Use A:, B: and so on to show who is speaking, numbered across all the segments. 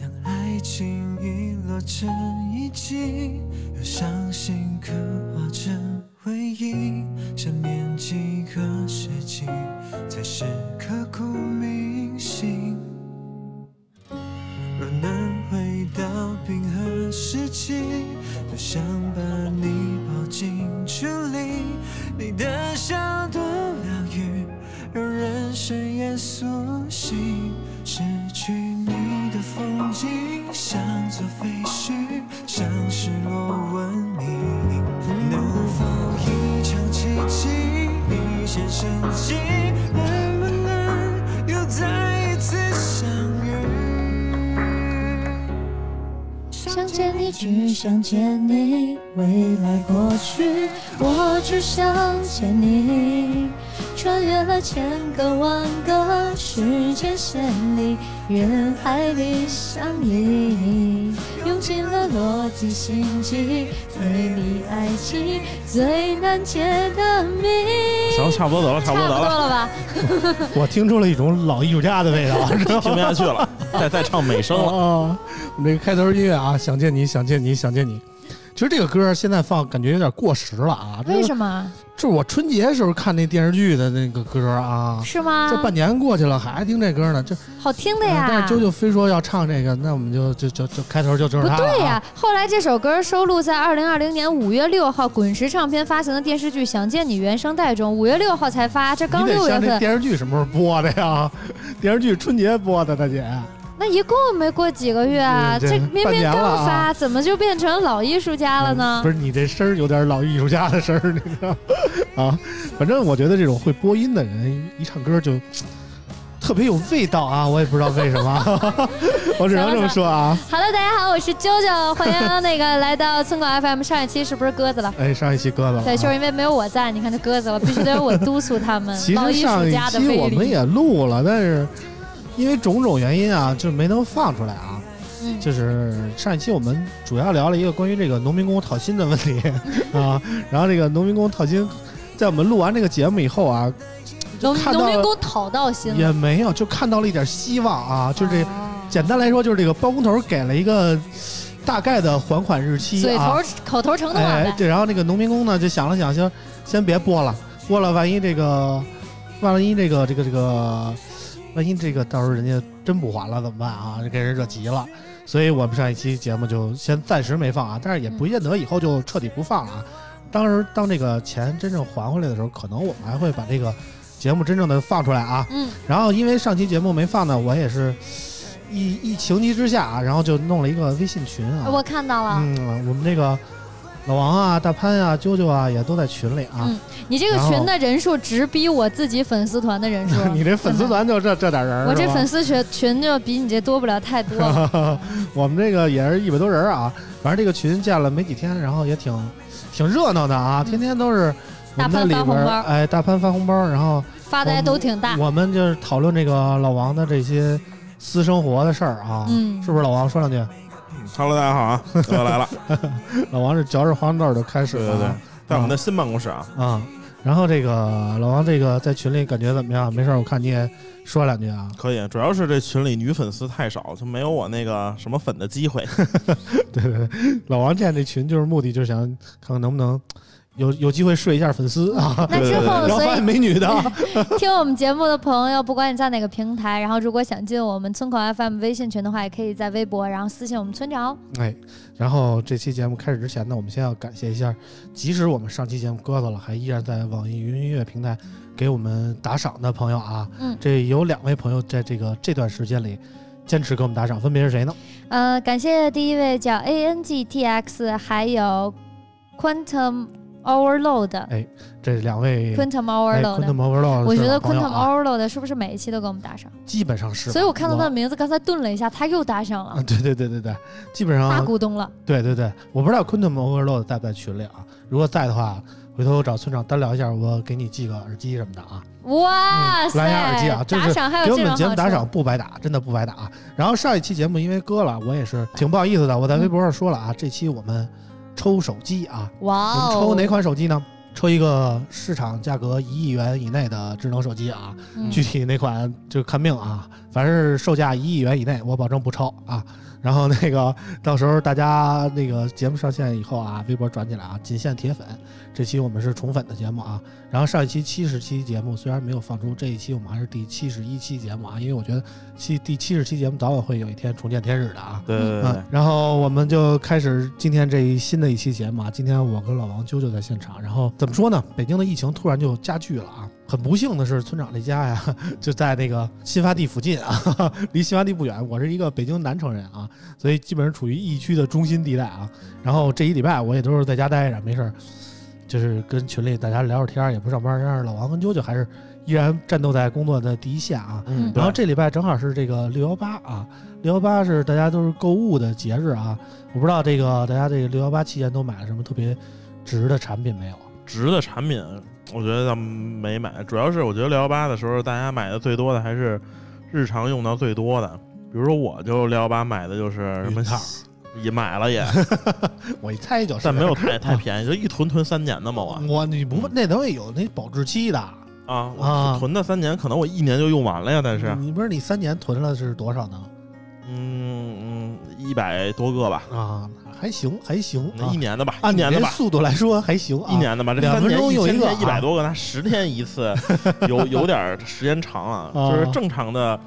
A: 当爱情遗落成遗迹，让伤心刻画成回忆，缠绵几个世纪，才是刻骨铭心。若能回到冰河时期，多想把你抱进这里，你的笑多疗愈，让人深夜苏醒。失去你的风景，像座废墟，像失落文明，能否一场奇迹，一线生机，能不能又再一次相遇？
B: 想见你，只想见你，未来过去，我只想见你。穿越了千个万个时间线里，人海里相依，用尽了逻辑心机，推理爱情最难解的谜。
C: 行，差不多得了，差
B: 差
C: 不
B: 不
C: 多得
B: 多
C: 了，
B: 了吧？
D: 我哦听出了一种老艺术家的味 道，知道
C: 听不下去了，再再唱美声
D: 吗？
C: 了。
D: 啊，我们这个开头音乐啊，想见你，想见你，想见你。其实这个歌现在放感觉有点过时了啊，
B: 为
D: 么？
B: 什么？
D: 这是我春节时候看那电视剧的那个歌啊，
B: 是吗？
D: 这半年过去了，还听这歌呢，这、
B: 好听的
D: 嗯
B: 呀。
D: 但是啾啾非说要唱这个，那我们就就就就开头就知道
B: 不
D: 它了、啊。
B: 对呀、后来这首歌收录在二零二零年五月六号滚石唱片发行的电视剧《想见你》原声带中，五月六号才发，这刚
D: 啊你得
B: 六月
D: 像这
B: 份，
D: 电视剧什么时候播的呀？ 电视剧春节播的，大姐。
B: 那一共没过几个月啊，
D: 嗯这
B: 这明
D: 半
B: 明
D: 年了
B: 刚
D: 啊嗯
B: 发，怎么就变成老艺术家了呢？
D: 不是你这声儿有点老艺术家的声儿，你知道啊？反正我觉得这种会播音的人一唱歌就特别有味道啊！我也不知道为什么，我只能这么说啊。
B: 好了，大家好，我是啾啾，欢迎那个来到村口 FM。上一期是不是鸽 子了？
D: 哎，上一期鸽子了啊，
B: 对，就是因为没有我在，你看这鸽子了，必须得有我督促他们。
D: 其
B: 老
D: 实
B: 艺
D: 上
B: 术
D: 一
B: 家
D: 期
B: 的
D: 我
B: 魅
D: 们
B: 力，
D: 也录了，但是因为种种原因啊，就没能放出来啊。
B: 嗯
D: 就是上一期我们主要聊了一个关于这个农民工讨薪的问题啊，然后这个农民工讨薪，在我们录完这个节目以后啊，
B: 农
D: 看到
B: 农民
D: 了
B: 工讨到心了。
D: 也没有就看到了一点希望啊，就是
B: 嗯
D: 这简单来说就是这个包工头给了一个大概的还款日期
B: 嘴
D: 啊
B: 头，口头承诺
D: 哎
B: 呗，。
D: 对，然后那个农民工呢就想了想，先先别播了，播了万一这个，万一这个这个这个，万一这个到时候人家真不还了怎么办啊？就给人惹急了。所以我们上一期节目就先暂时没放啊，但是也不见得以后就彻底不放了啊。当时当这个钱真正还回来的时候，可能我们还会把这个节目真正的放出来啊。
B: 嗯，
D: 然后因为上期节目没放呢，我也是一一情急之下啊，然后就弄了一个微信群啊。
B: 我看到了。
D: 嗯，我们这个老王啊、大潘啊、啾啾啊也都在群里啊。。
B: 嗯你这个群的人数直逼我自己粉丝团的人数
D: 你这粉丝团就这这点人儿，
B: 嗯我这
D: 是吧
B: 粉丝群群就比你这多不了太多了。
D: 我们这个也是一百多人儿啊，反正这个群建了没几天，然后也挺挺热闹的啊，天天都是我们在里
B: 嗯大
D: 边
B: 潘发红包
D: 儿，哎，大潘发红包，然后
B: 发的还都挺大。
D: 我们就是讨论这个老王的这些私生活的事儿啊，
B: 嗯
D: 是不是老王说两句？
C: Hello，大家好啊， 我来了，
D: 老王是嚼着黄豆儿就开始
C: 对
D: 了
C: 对
D: 啊，
C: 对，在我们的新办公室啊，
D: 啊、然后这个老王这个在群里感觉怎么样？没事儿，我看你也说两句啊。
C: 可以，主要是这群里女粉丝太少，就没有我那个什么粉的机会。
D: 对对对， 老王建这群就是目的就是想看看能不能有有机会睡一下粉丝啊。
B: 那之后，
D: 然后
B: 所
D: 发现
B: 以
D: 美女的，
B: 听我们节目的朋友，不管你在哪个平台，然后如果想进我们村口 FM 微信群的话，也可以在微博，然后私信我们村长。哦
D: 哎，然后这期节目开始之前呢，我们先要感谢一下，即使我们上期节目搁到了，还依然在网易云音乐平台给我们打赏的朋友啊，
B: 嗯
D: 这有两位朋友在这个这段时间里坚持给我们打赏，分别是谁呢？
B: 呃，感谢第一位叫 A N G T X，还有 Quantum Overload，Quantum
D: 这两位哎
B: Overload，
D: Quantum Overload，
B: 我觉
D: 是
B: 得
D: 朋友
B: Quantum
D: 啊
B: Overload 是不是每一期都给我们打赏？
D: 基本上是吧，啊
B: 所以我看到他的
D: 我
B: 名字，刚才顿了一下，他又打赏
D: 啊，
B: 了，
D: 对对对对对，基本
B: 大
D: 上
B: 股东了。
D: 对对对，我不知道 Quantum Overload 在不在群里啊，如果在的话，回头找村长单聊一下，我给你寄个耳机什么的啊。
B: 哇
D: 嗯
B: 塞，
D: 蓝牙耳机啊真是
B: 打赏还有
D: 给
B: 这
D: 我
B: 种
D: 们
B: 好
D: 节目打
B: 处
D: 赏不白打，真的不白打啊。然后上一期节目因为割了，我也是挺不好意思的，我在微博上说了啊，这期我们抽手机啊，我
B: 哇
D: 们
B: 嗯哦！
D: 抽哪？款手机呢？抽一个市场价格一亿元以内的智能手机啊，
B: 嗯、
D: 具体哪款就看命啊，反正是售价一亿元以内，我保证不超啊。然后那个到时候大家那个节目上线以后啊，微博转起来啊，仅限铁粉。这期我们是宠粉的节目啊，然后上一期七十期节目虽然没有放出，这一期我们还是第七十一期节目啊，因为我觉得七第七十期节目早晚会有一天重见天日的啊。
C: 对对 对
D: 嗯，，然后我们就开始今天这一新的一期节目啊。今天我跟老王啾啾在现场，然后怎么说呢？北京的疫情突然就加剧了啊。很不幸的是，村长这家呀 就在那个新发地附近啊， 离新发地不远。我是一个北京南城人啊，所以基本上处于疫区的中心地带啊。然后这一礼拜我也都是在家待着，没事儿，就是跟群里大家聊聊天儿，也不上班儿。但是老王跟啾啾还是依然战斗在工作的第一线啊。
B: 嗯
D: 然后这礼拜正好是这个六幺八啊，六幺八是大家都是购物的节日啊。我不知道这个大家这个六幺八期间都买了什么特别值的产品没有？啊
C: 值的产品，我觉得咱们没买，主要是我觉得六幺八的时候，大家买的最多的还是日常用到最多的，比如说我就六幺八买的就是什么
D: 云套，
C: 也买了也，
D: 我一猜就是，
C: 但没有啊太太便宜，就一囤囤三年的嘛我
D: 我你
C: 嗯
D: 不那东西有那保质期的，
C: 啊，
D: 啊
C: 我囤的三年，可能我一年就用完了呀，但是
D: 你不是你三年囤了是多少呢？
C: 嗯嗯，一百多个吧，
D: 啊，还行还行
C: 那
D: 啊
C: 一，年的吧，
D: 按
C: 一
D: 你
C: 年的
D: 这
C: 吧。
D: 速度来说还行啊，
C: 一年的吧，这
D: 两
C: 三
D: 分
C: 年
D: 钟
C: 一
D: 有一
C: 千
D: 个
C: 天一
D: 啊
C: 百多个，那十天 一次，有有点儿时间长了。
D: 啊
C: 就是正常的，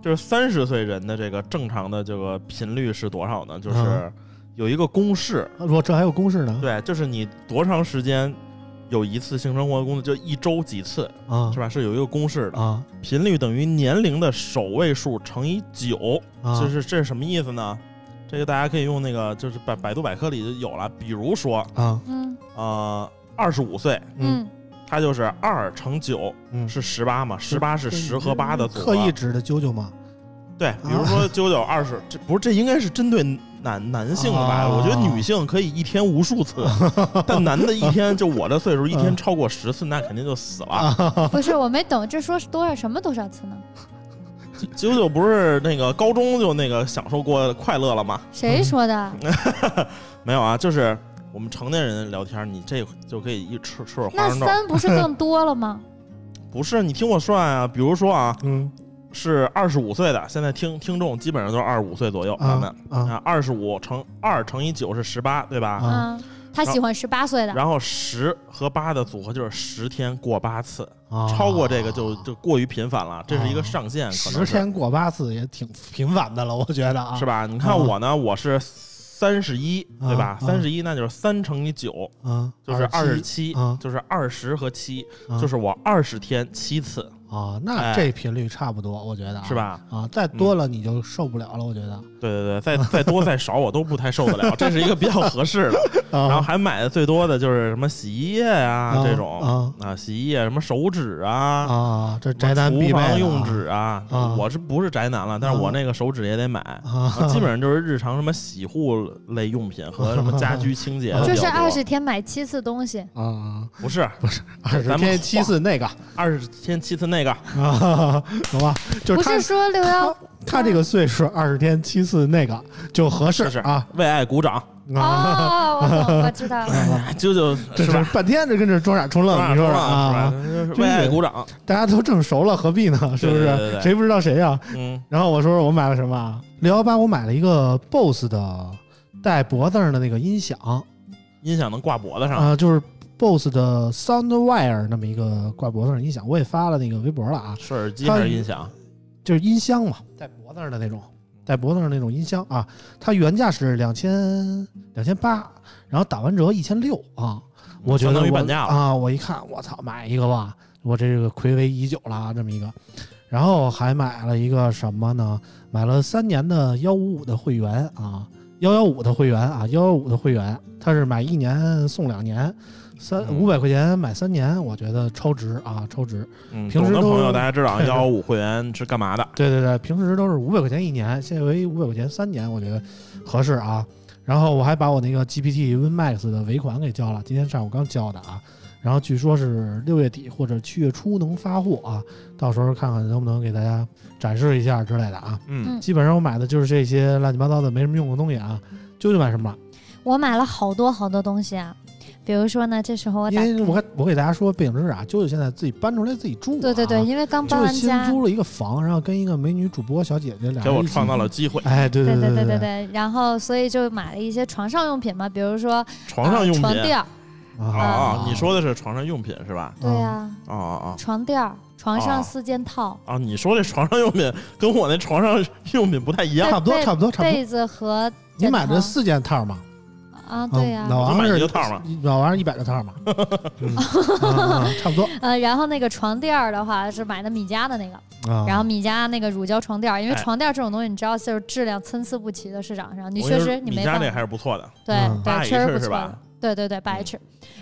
C: 就是三十岁人的这个正常的这个频率是多少呢？就是
D: 嗯
C: 有一个公式，
D: 我这还有公式呢，
C: 对，就是你多长时间有一次性生活工作，就一周几次，
D: 啊
C: 是吧？是有一个公式的，
D: 啊
C: 频率等于年龄的首位数乘以九，
D: 啊，
C: 就是这是什么意思呢？这个大家可以用那个，就是百百度百科里就有了。比如说，
D: 啊
B: 嗯
C: 呃，二十五岁，
D: 嗯
B: 嗯
C: 它就是二乘九
D: 嗯
C: 是十八嘛，十八是十和八的组合。
D: 刻意啊指的啾啾吗？
C: 对，比如说九九二十，这不是这应该是针对男男性的吧？
D: 啊
C: 我觉得女性可以一天无数 次，但男的一天就我这岁数一天超过十次，那肯定就死了。
D: 嗯啊，
B: 不是，我没懂，这说是多少什么多少次呢？
C: 九九不是那个高中就那个享受过快乐了吗？
D: 嗯
B: 谁说的？
C: 嗯没有啊，就是我们成年人聊天，你这就可以一吃吃会儿花
B: 那
C: 生豆。
B: 三不是更多了吗？
C: 不是，你听我说啊，比如说啊，
D: 嗯
C: 是二十五岁的，现在听听众基本上都是二十五岁左右，咱们
D: 啊啊
C: 啊，二十五乘二乘以九是十八，对吧？
D: 啊
B: 啊，他喜欢十八岁的，
C: 然后十和八的组合就是十天过八次，
D: 啊，
C: 超过这个就就过于频繁了，这是一个上限，可
D: 十
C: 能是
D: 天过八次也挺频繁的了，我觉得啊，
C: 是
D: 吧？
C: 吧？你看我呢，我是三十一，对吧
D: 啊？
C: 三十一那就是三乘以九，
D: 啊，
C: 就是二十
D: 27
C: 七
D: 啊，
C: 就是二十和七，
D: 啊
C: 就是我二十天七次，
D: 啊，那
C: 哎
D: 这频率差不多，我觉得啊
C: 是？吧？
D: 啊，再多了你就受不了了，我觉得。
C: 对对对，再再多再少我都不太受得了，这是一个比较合适的。
D: 啊
C: 然后还买的最多的就是什么洗衣液呀
D: 啊
C: 这种
D: 啊
C: 啊，洗衣液什么手纸啊
D: 啊，这宅男必
C: 厨
D: 备的啊
C: 房用纸啊，
D: 啊
C: 我是不是宅男了？但是我那个手纸也得买，
D: 啊，
C: 基本上就是日常什么洗护类用品和什么家居清洁的比较
B: 就
C: 多。
B: 是二十天买七次东西，
D: 啊，
C: 不是
D: 二十
C: 嗯咱们
D: 天七次 那个
C: 二十天七次那个，
D: 啊，懂吧？就
B: 不
D: 是他
B: 是说六幺
D: 他他这个岁数二十天七次那个就合适
C: 是
D: 啊
C: 为爱鼓掌，
D: 啊，嗯
B: 哦，我懂，我 知道了。
C: 啾啾
D: 这这
C: 是吧？
D: 半天这跟这装傻充愣，你说说
C: 啊，
D: 啊？
C: 是吧
D: 真
C: 为
D: 是
C: 爱鼓掌，
D: 大家都这么熟了，何必呢？是不
C: 对对对
D: 是？
C: 对
D: 谁不知道谁呀？
C: 嗯，
D: 然后我说说我买了什么啊？六幺八我买了一个 BOSS 的带脖子上的那个音响啊、
C: 音响能挂脖子上，
D: 就是 BOSS 的 Soundwire 那么一个挂脖子上的音响，我也发了那个微博了啊，
C: 是耳机还是音响？
D: 就是音箱嘛，带脖子上的那种，带脖子上那种音箱啊，它原价是两千两千八，然后打完折一千六啊，我觉
C: 相
D: 得
C: 当于
D: 我
C: 半价了
D: 啊，我一看，我操，买一个吧，我这个暌违已久了，啊这么一个，然后还买了一个什么呢？买了三年的幺五五的会员啊，幺幺五的会员啊，幺幺五的会员，它是买一年送两年，三
C: 嗯
D: 五百块钱买三年，我觉得超值啊，超值。
C: 嗯，
D: 平时
C: 懂的朋友
D: 都
C: 大家知道
D: 对
C: 幺五会员是干嘛的。
D: 对对对，平时都是五百块钱一年，现在五百块钱三年，我觉得合适啊。然后我还把我那个 GPT WinMax 的尾款给交了，今天上午刚交的啊。然后据说是六月底或者七月初能发货啊，到时候看看能不能给大家展示一下之类的啊。
C: 嗯
B: 嗯
D: 基本上我买的就是这些乱七八糟的没什么用的东西啊，究竟买什么了？
B: 我买了好多好多东西啊，比如说呢，这时候我
D: 因
B: 打，
D: 为我看我给大家说背景知识啊，舅舅现在自己搬出来自己住、啊，
B: 对对对，，因为刚搬
D: 舅舅
B: 完
D: 新
B: 家，
D: 租了一个房，然后跟一个美女主播小姐姐
B: 嗯
D: 俩人
C: 给我
D: 一起
C: 创造了机会，
D: 哎，对
B: 对
D: 对
B: 对
D: 对对，
B: 对对，然后所以就买了一些床上用品嘛，比如说
C: 床上
B: 呃
C: 用
B: 床
C: 品
B: 垫儿，
C: 啊，你说的是床上用品是吧？
B: 对啊，
C: 哦哦
B: 床垫儿，床
C: 啊
B: 上四件套，
C: 哦，啊，你说这床上用品跟我那床上用品不太一样，
D: 差不多
B: 被
D: 差不多差不多，
B: 被子和
D: 你买
B: 枕
D: 的
B: 头
D: 四件套嘛？
B: 啊，
D: 嗯
B: 对呀、
D: 老
C: 就
D: 王
C: 买
D: 是
C: 一个套嘛。
D: 老王是一百个 套嘛？嗯啊啊差不多
B: 呃，然后那个床垫儿的话是买的米家的那个，
D: 啊。
B: 然后米家那个乳胶床垫儿，因为
C: 哎
B: 床垫儿这种东西你知道就是质量参差不齐的市场上，你
C: 我
B: 确
C: 觉
B: 实
C: 得
B: 你
C: 你
B: 没
C: 家
B: 办
C: 那还
B: 法，
C: 是不错的，
B: 对、
D: 嗯
C: 八
B: 对，确实
C: H
B: 不
C: 是
B: 错啊
C: 吧
B: 的，？对对对，八 H，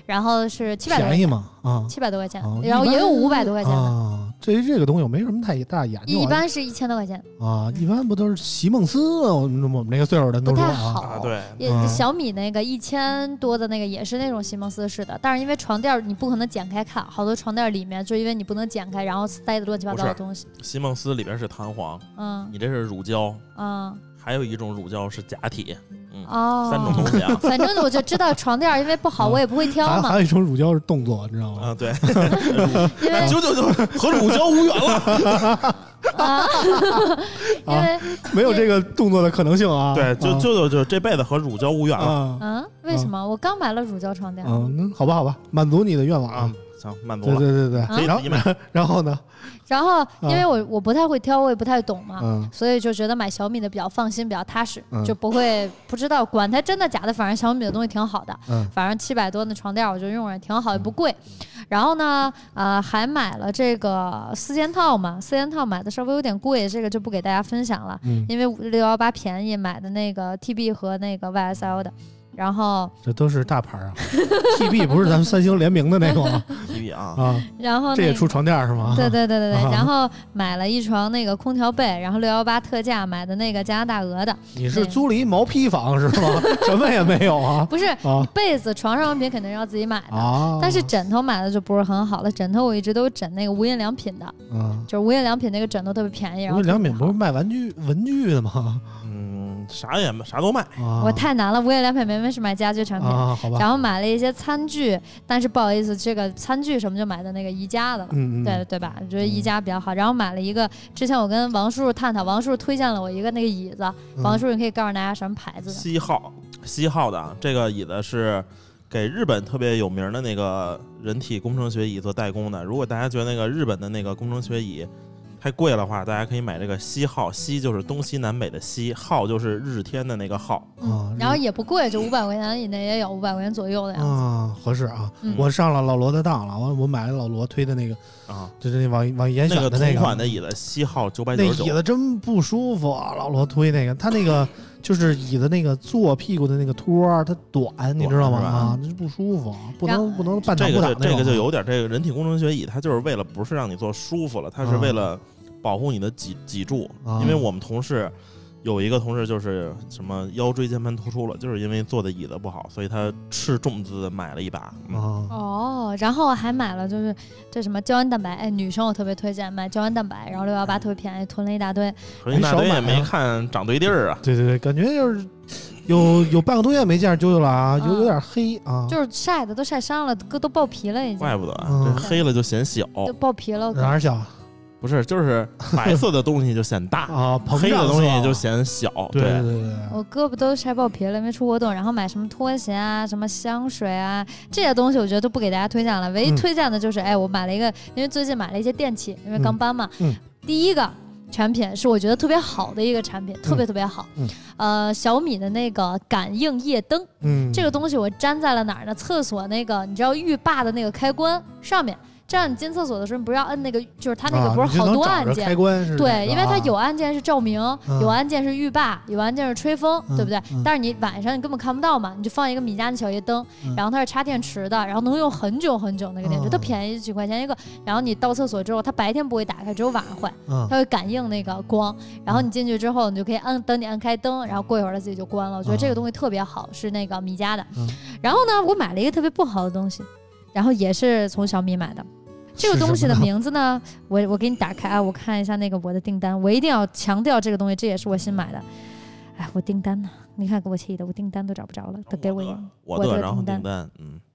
B: 然后是七百多块
D: 便宜
B: 钱，
D: 嘛啊
B: 七百多块钱
D: 哦，
B: 然后
D: 一般
B: 也有五百多块钱的，
D: 啊。对于这个东西，我没什么太大研究啊。
B: 一般是一千多块钱，
D: 啊，一般不都是席梦思？啊我们我们这个岁数的人都
B: 不
D: 说
B: 太
D: 啊，
B: 好
C: 啊，。对，
B: 也
D: 嗯
B: 小米那个一千多的那个也是那种席梦思式的，但是因为床垫儿你不可能剪开看，好多床垫儿里面就因为你不能剪开，然后塞的乱七八
C: 不
B: 糟的
C: 是
B: 东西。
C: 席梦思里边是弹簧，
B: 嗯
C: 你这是乳胶，
B: 嗯
C: 还有一种乳胶是假体，
B: 哦，
C: 嗯三种东嗯西 啊。
B: 反正我就知道床垫儿，因为不好我也不会挑
D: 还还
B: 嘛，
D: 有一种乳胶是动作，你知道吗？
C: 啊，对，
B: 因为
C: 九九九和乳胶无缘了。
B: 啊，因为
D: 啊
C: 啊
D: 没有这个动作的可能性啊。
C: 对，就
D: 啊
C: 九九九这辈子和乳胶无缘了
D: 啊
B: 嗯，为什么我刚买了乳胶床垫儿？
D: 嗯，那好吧好吧，满足你的愿望
C: 啊
D: 啊。！
C: 行，满足
D: 对
C: 了，
D: 对对对，
B: 啊
C: 可以
D: 然
C: 自
D: 后
C: 己买。
D: 然后呢？
B: 然后因为我我不太会挑，我也不太懂嘛，
D: 啊嗯，
B: 所以就觉得买小米的比较放心，比较踏实
D: 嗯，
B: 就不会不知道管它真的假的，反正小米的东西挺好的
D: 嗯，
B: 反正七百多的床垫儿我就用着挺好，也不贵。然后呢，呃，还买了这个四件套嘛，四件套买的稍微有点贵，这个就不给大家分享了。
D: 嗯，
B: 因为六幺八便宜买的那个 TB 和那个 YSL 的，然后
D: 这都是大牌啊，TB 不是咱们三星联名的那种 啊
C: TV 啊，
D: 啊，
B: 然后
D: 这也
B: 那
D: 出床垫是 吗？
B: 哦对对对对对，
D: 啊
B: 然后买了一床那个空调被，然后六幺八特价买的那个加拿大鹅的，
D: 你是租了一毛坯房是吗？ 什么也没有啊
B: 不是
D: 啊
B: 被子、床上用品肯定是要自己买的。
D: 啊！
B: 但是枕头买的就不是很好了，枕头我一直都枕那个无印良品的，
D: 嗯，
B: 就是无印良品那个枕头特别便宜。然
D: 我
B: 后
D: 们良
B: 特别
D: 品不是卖玩具文具的吗？
C: 嗯，啥也啥都卖，
D: 啊，
B: 好我太难了，无印良品明明是买家居产品，
D: 啊，好吧，
B: 然后买了一些餐具，但是不好意思，这个餐具什么就买的那个宜家的了。
D: 嗯嗯，
B: 对对吧？我觉得宜家比较好。然后买了一个，之前我跟王叔叔探讨，王叔叔推荐了我一个那个椅子。
D: 嗯
B: 王叔叔，你可以告诉大家什么牌子的？
C: 西号西号的啊，这个椅子是给日本特别有名的那个人体工程学椅做代工的。如果大家觉得那个日本的那个工程学椅太贵的话，大家可以买这个西号。西就是东西南北的西，号就是日天的那个号。
D: 啊
B: 嗯，然后也不贵，就五百块钱以内也有，五百块钱左右的样子。
D: 啊，合适啊！
B: 嗯
D: 我上了老罗的当了，我我买了老罗推的那个，
C: 啊，
D: 就是那往往严选
C: 那
D: 的
C: 个
D: 那
C: 同
D: 个
C: 款的椅子西号九百
D: 那
C: 九
D: 椅
C: 十九，
D: 子真不舒服啊！老罗推那个，他那 个就是椅子那个坐屁股的那个托儿，它短，你知道吗？
C: 是吧
D: 啊，这不舒服，不
B: 然
D: 能不能半躺
C: 这
D: 不
C: 个
D: 打
C: 就这个就
D: 种啊
C: 有点这个人体工程学椅，它就是为了不是让你坐舒服了，它是
D: 啊
C: 为了保护你的脊脊柱
D: 啊。
C: 因为我们同事有一个同事就是什么腰椎间盘突出了，就是因为坐的椅子不好，所以他斥重资买了一把。嗯
D: 啊，
B: 哦，然后我还买了，就是这什么胶原蛋白，哎，女生我特别推荐买胶原蛋白，然后六幺八特别便宜，囤了一大堆。
C: 可是一大堆
D: 没
C: 也
D: 少买啊
C: 没看长对地儿啊。
D: 对对对，感觉就是有有半个多月没见着啾啾了啊，有
B: 嗯
D: 有点黑啊，
B: 就是晒的都晒伤了，都都爆皮了已经，
C: 怪不得啊
D: 嗯
C: 这黑了就显小，
B: 都爆皮了。
D: 哪儿小
C: 不是，就是白色的东西就显
B: 嗯
C: 大，
D: 啊？膨
C: 黑
D: 胀
C: 的东西就
D: 吧
C: 是显小。
D: 对对对对，
B: 我胳膊都晒爆皮了，因为出活动，然后买什么拖鞋啊、什么香水啊这些东西，我觉得都不给大家推荐了。唯一
D: 嗯
B: 推荐的就是，哎，我买了一个，因为最近买了一些电器，因为
D: 嗯
B: 刚搬嘛。
D: 嗯
B: 第一个产品是我觉得特别好的一个产品，特别特别好。
D: 嗯
B: 呃，小米的那个感应夜灯，
D: 嗯，
B: 这个东西我粘在了哪儿呢？厕所那个你知道浴霸的那个开关上面。这样你进厕所的时候，你不是要摁那个，就是它
D: 他
B: 那个不是好多按键
D: 开。关是啊
B: 对，因为它
D: 它
B: 有按键是照明，
D: 嗯
B: 有按键是浴霸，有按键是吹风，
D: 嗯
B: 对不对
D: 嗯？
B: 但是你晚上你根本看不到嘛，你就放一个米家那小夜灯
D: 嗯，
B: 然后它是插电池的，然后能用很久很久那个电池，
D: 嗯
B: 特便宜，几块钱一个。然后你到厕所之后，它白天不会打开，只有晚上会，
D: 嗯
B: 它会感应那个光。然后你进去之后，你就可以按等你按开灯，然后过一会儿它自己就关了。我觉得这个东西特别好，是那个米家的
D: 嗯。
B: 然后呢，我买了一个特别不好的东西，然后也是从小米买的。这个
D: 是什
B: 东西的
D: 么呢
B: 名 字呢，我我给你打开啊，我看一下那个我的订单，我一定要强调这个东西，这也是我新买的。哎，我订单呢？你看给我气的，我订单都找不着了，都给我一个。
D: 嗯
C: 我
B: 我
C: 的，
B: 的
C: 然后
B: 订单
C: 订单，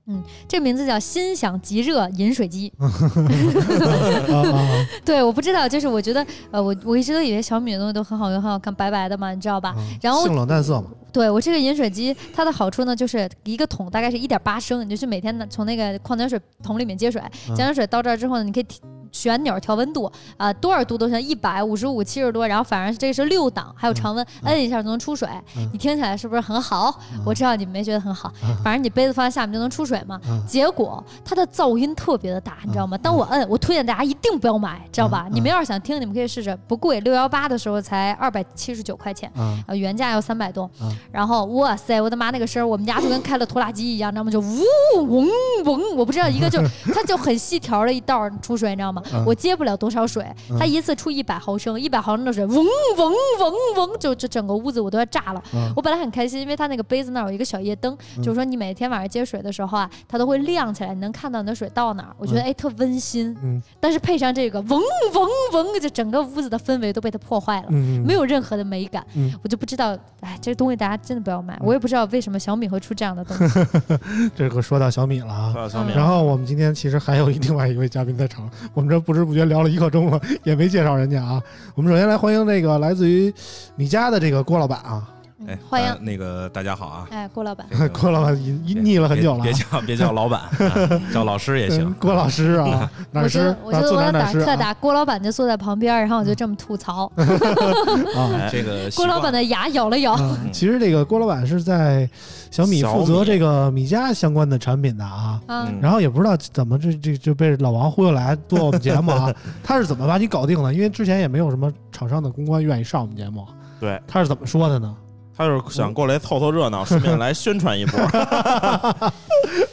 C: 嗯，
B: 这名字叫“心想即热饮水机”。
D: 嗯啊啊
B: 对，我不知道，就是我觉得，呃，我我一直都以为小米的东西都很好用，很好看，白白的嘛，你知道吧？
D: 嗯
B: 然后
D: 性冷淡色嘛，
B: 对我这个饮水机，它的好处呢，就是一个桶大概是一点八升，你就去每天拿从那个矿泉水桶里面接水，
D: 嗯
B: 接完水到这儿之后呢，你可以提旋钮调温度，啊、多少度都行，一百五十五、七十多，然后反正这是六档，还有常温，
D: 嗯
B: 摁一下就能出水。
D: 嗯
B: 你听起来是不是很好？我知道你们没觉得很好，
D: 嗯
B: 反正你杯子放在下面就能出水嘛。
D: 嗯
B: 结果它的噪音特别的大，你知道吗？当我摁，我推荐大家一定不要买，知道吧？
D: 嗯嗯
B: 你们要是想听，你们可以试试，不贵，六幺八的时候才二百七十九块钱。
D: 啊
B: 呃，原价要三百多，
D: 嗯
B: 然后哇塞，我的妈，那个声儿，我们家就跟开了拖拉机一样，你知道吗？就呜嗡嗡，我不知道一 个就是它就很细条的一道儿出水，你知道吗？
D: 嗯
B: 我接不了多少水，它
D: 嗯
B: 一次出一百毫升，一百毫升的水，嗡嗡嗡嗡，就这整个屋子我都要炸了。
D: 啊
B: 我本来很开心，因为它那个杯子那儿有一个小夜灯，
D: 嗯
B: 就是说你每天晚上接水的时候啊，它都会亮起来，你能看到你的水到哪儿。我觉得哎特温馨，
D: 嗯
B: 但是配上这个嗡嗡嗡，就整个屋子的氛围都被它破坏了。
D: 嗯
B: 没有任何的美感，
D: 嗯
B: 我就不知道，哎，这东西大家真的不要买，我也不知道为什么小米会出这样的东西。
D: 嗯这个说到小米了 啊。
C: 到小米
B: 嗯
C: 了，
D: 然后我们今天其实还有另外一位嘉宾在场，我们这不知不觉聊了一刻钟了，也没介绍人家啊。我们首先来欢迎这个来自于米家的这个郭老板啊，
B: 嗯
E: 哎，
B: 欢迎，
E: 呃那个大家好啊，
B: 哎，郭老板，
E: 这个
D: 郭老板已已腻了很久了啊
E: 别，叫别叫老板，啊 叫老师也行
D: 嗯。郭老师啊，哪
B: 我
D: 儿
B: 觉
D: 师
B: 得，我
D: 哪
B: 觉
D: 儿
B: 得
D: 坐
B: 我
D: 哪
B: 要
D: 儿哪儿
B: 打
D: 师
B: 特
D: 啊嗯
B: 打，郭老板就坐在旁边，然后我就这么吐 槽，
D: 啊。
C: 哎
E: 这个习
B: 郭
E: 惯
B: 老板的牙咬了咬，
D: 啊，其实这个郭老板是在小米
C: 小
D: 负责
C: 米
D: 这个米家相关的产品的啊，
B: 啊，
C: 嗯
D: 然后也不知道怎么这这就被老王忽悠来做我们节目啊，他是怎么把你搞定的？因为之前也没有什么厂商的公关愿意上我们节目，
C: 对，
D: 他是怎么说的呢？
C: 他就是想过来凑凑热闹，顺便来宣传一波。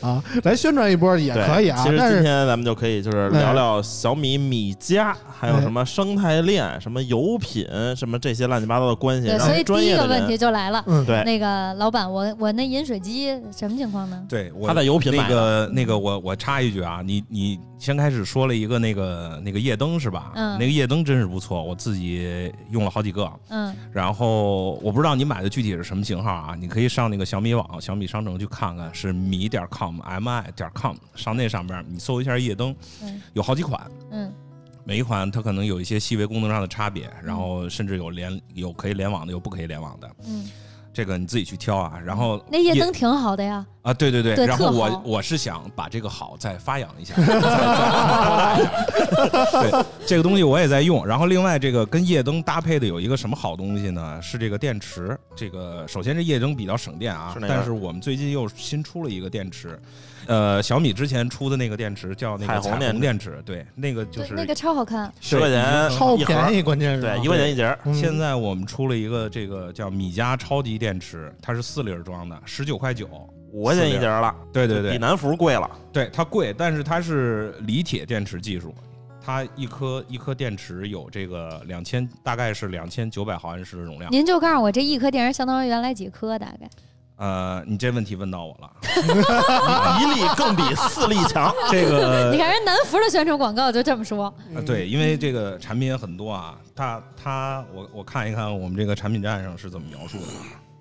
D: 啊，来宣传一波 也
C: 对
D: 可以啊
C: 其，实
D: 但
C: 今
D: 是嗯
C: 天咱们就可以就是聊聊小米米家，还
D: 哎
C: 有什么生态链、什么油品、什么这些乱七八糟的关系，
B: 对，
C: 让
B: 所以
C: 专
B: 第一
C: 业
B: 个
C: 的
B: 问题
C: 人哎
B: 就来了，
D: 嗯，
C: 对
B: 那个老板，我我那饮水机什么情况呢？
E: 对我
C: 他在油品啊
E: 那
C: 买的
E: 个那个我我插一句啊，你你先开始说了一个那个那个夜灯是吧？
B: 嗯
E: 那个夜灯真是不错，我自己用了好几个。
B: 嗯，
E: 然后我不知道你买的具体是什么型号啊，你可以上那个小米网、小米商城去看看，是米点 com、mi 点 com，上那上边你搜一下夜灯
B: 嗯，
E: 有好几款，
B: 嗯
E: 每一款它可能有一些细微功能上的差别，
C: 嗯
E: 然后甚至有联有可以联网的，有不可以联网的，
B: 嗯，
E: 这个你自己去挑
C: 嗯
E: 啊。然后
B: 那夜灯挺好的呀，
E: 啊，对对对，
B: 对
E: 然后
B: 特
E: 我
B: 好
E: 我是想把这个好再发扬一下， 再再扩大一下。对，这个东西我也在用。然后另外这个跟夜灯搭配的有一个什么好东西呢？是这个电池。这个首先这夜灯比较省电啊
C: 是，哪样
E: 但是我们最近又新出了一个电池。呃，小米之前出的那个电池叫那个
C: 彩
E: 彩
C: 虹
E: 虹
C: 电池
E: 电池，对，那个就
B: 对
E: 是，
B: 那个超好看，
C: 十块钱
D: 超
C: 一盒
D: 便，宜，关键是啊
C: 对，一块钱一节儿，
D: 嗯
E: 现在我们出了一个这个叫米家超级电池，它是四粒儿装的，十九块九。
C: 五块钱一节儿了，
E: 对对
C: 就
E: 对
C: 比，南孚贵了。
E: 对，它贵，但是它是锂铁电池技术，它一颗一颗电池有这个两千，大概是两千九百毫安时的容量。
B: 您就告诉我这一颗电池相当于原来几颗大概？
E: 呃，你这问题问到我了，
D: 啊
C: 一粒更比四粒 强。
E: 这
B: 你
E: 个、
B: 看人南孚的宣传广告就这么说，
E: 呃对，因为这个产品也很多啊，它它我我看一看我们这个产品站上是怎么描述的。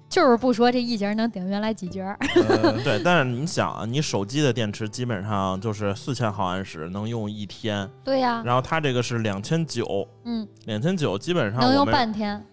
B: 就是不说这一节能顶原来几节儿。
D: 嗯
E: 呃
C: 对，但是你想，啊，你手机的电池基本上就是四千毫安时，能用一天，
B: 对呀、
C: 然后它这个是两千九，
B: 嗯，
C: 两千九基本上
B: 能
C: 我
B: 用
C: 们
B: 半天。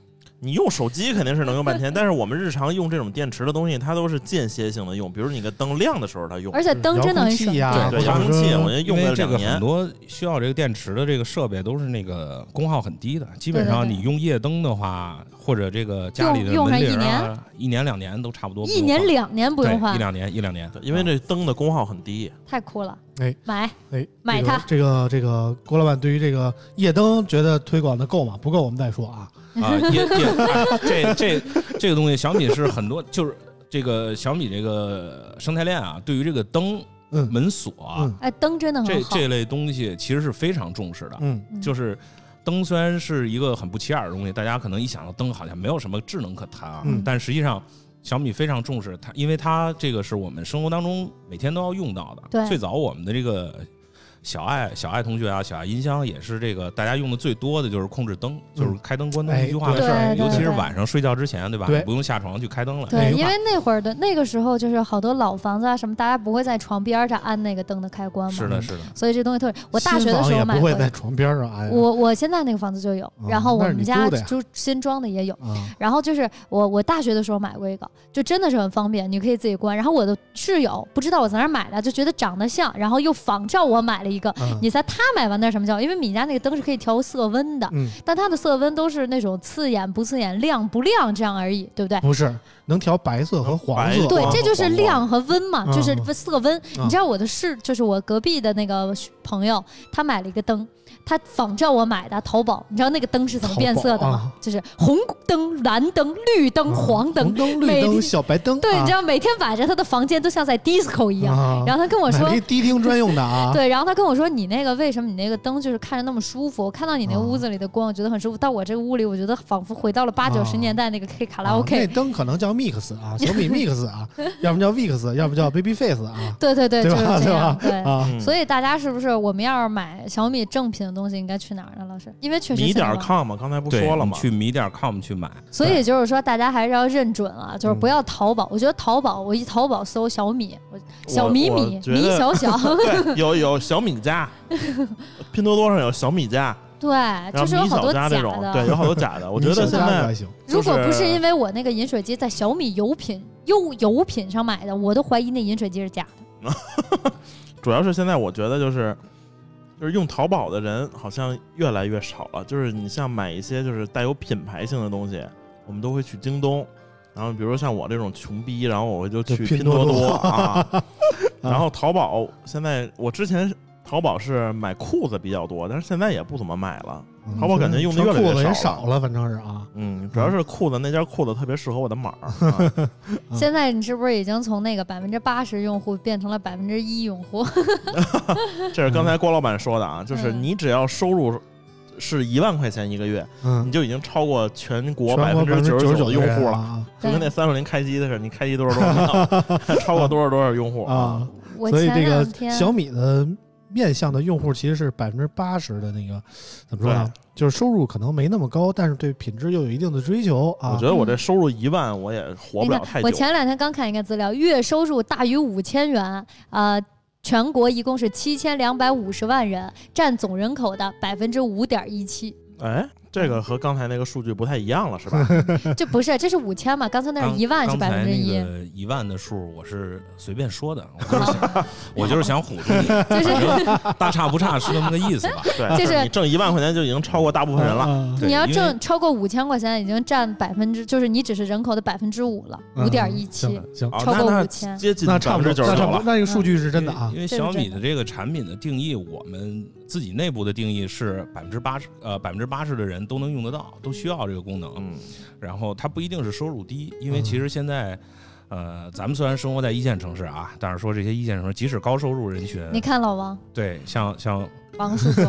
C: 你用手机肯定是能用 半天，但是我们日常用这种电池的东西，它都是间歇性的用，比如你个灯亮的时候它用，
B: 而且灯真的
D: 遥
B: 是
D: 控器啊呀、
C: 对对遥控器
D: 或者说
C: 我觉得用
E: 因
C: 了
E: 为这
C: 两
E: 个
C: 年
E: 很，多需要这个电池的这个设备都是那个功耗很低的，基本上
B: 对对对
E: 你用夜灯的话，或者这个家里的
B: 用用上
E: 门
B: 一
E: 铃啊，一年两年都差不多不
B: 一
E: 用换。
B: 年两年不用
E: 对
B: 换
E: 一，两年一两年
C: 对，因为这灯的功耗很低。
B: 太酷了。
D: 哎
B: 买
D: 哎，
B: 买
D: 这个
B: 它
D: 这个这个郭老板对于这个夜灯觉得推广的够吗？不够我们再说啊。
E: 啊，也也、哎这这这个东西，小米是很多就是这个小米这个生态链啊，对于这个灯
D: 嗯
E: 门锁啊、
D: 嗯
B: 哎，灯真的
E: 这
B: 很好。
E: 这类东西其实是非常重视的。
D: 嗯，
B: 嗯
E: 就是灯虽然是一个很不起眼的东西，大家可能一想到灯好像没有什么智能可谈啊，
D: 嗯
E: 但实际上小米非常重视它，因为它这个是我们生活当中每天都要用到的。
B: 对
E: 最早我们的这个小爱小爱同学啊，小爱音箱也是这个大家用的最多的就是控制灯，
D: 嗯
E: 就是开灯关灯
D: 哎
E: 一句话的
D: 对
E: 事儿，
D: 对
E: 尤其是
B: 对
E: 晚上睡觉之前，对吧？
D: 对
E: 你不用下床去开灯了。
D: 哪
B: 对，
D: 个
B: 因
D: 版
B: 为那会儿的那个时候，就是好多老房子啊什么，大家不会在床边儿上按那个灯的开关嘛，
E: 是的，是的，
B: 所以这东西特别。我大学的时
D: 新房
B: 候
D: 也
B: 买
D: 不
B: 过
D: 会
B: 的
D: 在，床边上安。
B: 我我现在那个房子就有，然后我
D: 那是你
B: 们家
D: 租的呀
B: 就新装的也有。
D: 啊，
B: 然后就是我，我大学的时候买过一个，就真的是很方便，你可以自己关。然后我的室友不知道我在哪儿买的，就觉得长得像，然后又仿照我买了一个。
D: 嗯
B: 你猜他买完那是什么叫？因为米家那个灯是可以调色温的，
D: 嗯，
B: 但它的色温都是那种刺眼不刺眼、亮不亮这样而已，对不对？
D: 不是，能调白色和黄色。
C: 白
B: 对
C: 黄，
B: 这就是
C: 黄
B: 亮和温嘛，
D: 嗯
B: 就是
D: 嗯
B: 色温。
D: 嗯
B: 你知道我的室，就是我隔壁的那个朋友，他买了一个灯，他仿照我买的淘宝。你知道那个灯是怎么变色的
D: 淘宝
B: 吗
D: 啊？
B: 就是红灯、蓝灯、绿灯、
D: 嗯
B: 黄灯
D: 红。灯、
B: 每
D: 绿灯、
B: 天
D: 小白灯。
B: 对，你知
D: 道
B: 道每天晚上他的房间都像在 disco 一样。
D: 啊
B: 然后他跟我
D: 我
B: 说，
D: 迪厅专用的啊。
B: 对，然后他跟我说，你那个为什么你那个灯就是看着那么舒服？我看到你那个屋
D: 啊
B: 子里的光，我觉得很舒服。到我这个屋里，我觉得仿佛回到了八九十
D: 啊
B: 年代那个 K 卡
D: 啊
B: 拉
D: 那
B: OK。
D: 灯可能叫 Mix 啊， 小米 Mix 啊，要么叫 Vix，要么叫 Baby Face 啊，
B: 对对对，
D: 对
B: 就是
D: 吧？
B: 这
D: 对
B: 样。
D: 吧？
B: 对。
D: 啊，
C: 嗯
B: 所以大家是不是我们要是买小米正品的东西，应该去哪儿呢？老师，因为确实
C: 米
B: 现在
C: 点
B: 网
C: com 嘛，刚才不
E: 对
C: 说了
E: 你
C: 吗？
E: 去米点儿 com 去买，
B: 所以就是说，大家还是要认准啊，就是不要淘宝。我觉得淘宝，我一淘宝搜小米，我小米
C: 我
B: 米
C: 觉
B: 米
C: 得
B: 小小，
C: 对，有有小米家，拼多多上有小米 家，
B: 对，
C: 然
B: 啊就是有
C: 后米
B: 好
C: 小
B: 多假
C: 家这种，对，
B: 的。
C: 有好多假的。我觉
D: 你
C: 得
D: 小
C: 现
D: 家子
C: 在
D: 还行，
B: 如果不
C: 就是是
B: 因为我那个饮水机在小米油品优油品上买的，我都怀疑那饮水机是假的。
C: 主要是现在我觉得就是。就是用淘宝的人好像越来越少了。就是你像买一些就是带有品牌性的东西，我们都会去京东。然后比如像我这种穷逼，然后我就去
D: 就拼
C: 拼多
D: 多多
C: 啊。然后淘宝现在我之前淘宝是买裤子比较多，但是现在也不怎么买了。
D: 嗯
C: 淘宝感觉用的越来越
D: 穿裤子也
C: 少了
D: 少了，反正是啊，
C: 嗯，主要是裤子那件裤子特别适合我的码 儿。啊
D: 啊
B: 现在你是不是已经从那个百分之八十用户变成了百分之一用户？
C: 这是刚才郭老板说的啊，就是你只要收入是一万块钱一个月，你
D: 嗯，
C: 就已经超过全国
D: 全
C: 百
D: 国
C: 分之九
D: 九
C: 十
D: 九
C: 九的用户了。
D: 了
C: 就 跟那三六零开机的似的，你开机多少多少秒， 超过多少多少用户
D: 啊。！
B: 我
D: 所以
B: 前
D: 这个
B: 两天
D: 小米的面向的用户其实是百分之八十的那个，怎么说呢？就是收入可能没那么高，但是对品质又有一定的追求啊。
C: 我觉得我这收入一万，我也活不了太久
B: 哎嗯我。前两天刚看一个资料，月收入大于五千元，呃，全国一共是七千两百五十万人，占总人口的百分之五点一七。
C: 哎，这个和刚才那个数据不太一样了，是吧？
B: 这不是，这是五千嘛？刚才那是
E: 刚
B: 一万，是
E: 刚
B: 百
E: 才
B: 分之
E: 那
B: 一。
E: 个一万的数，我是随便说的，我就是想，我就是想唬住你，
B: 就是
E: 反正 大差不差是那么个意思吧。
C: 对，
B: 就是
C: 你挣一万块钱就已经超过大部分人了。
D: 了。
E: 对
B: 你要
E: 因为
B: 挣超过五千块钱，已经占百分之，就是你只是人口的百分之五了，五点一七，
D: 嗯行行，
C: 啊，
B: 超
C: 那
B: 过
C: 那
B: 5000
C: 接近
D: 那
C: 百
D: 差
C: 分
D: 不
C: 之
D: 多，
C: 九十
D: 那
C: 九
D: 差不
C: 了
D: 多，。那个数据是真的啊
E: 因。为
B: 这是
E: 小米
B: 真
E: 的这个产品的定义，我们自己内部的定义是百分之八十，呃，百分之八十的人都能用得到，都需要这个功能。
C: 嗯，
E: 然后它不一定是收入低，因为其实现在，呃，咱们虽然生活在一线城市啊，但是说这些一线城市，即使高收入人群，
B: 你看老王
E: 对，像 像
B: 王叔叔，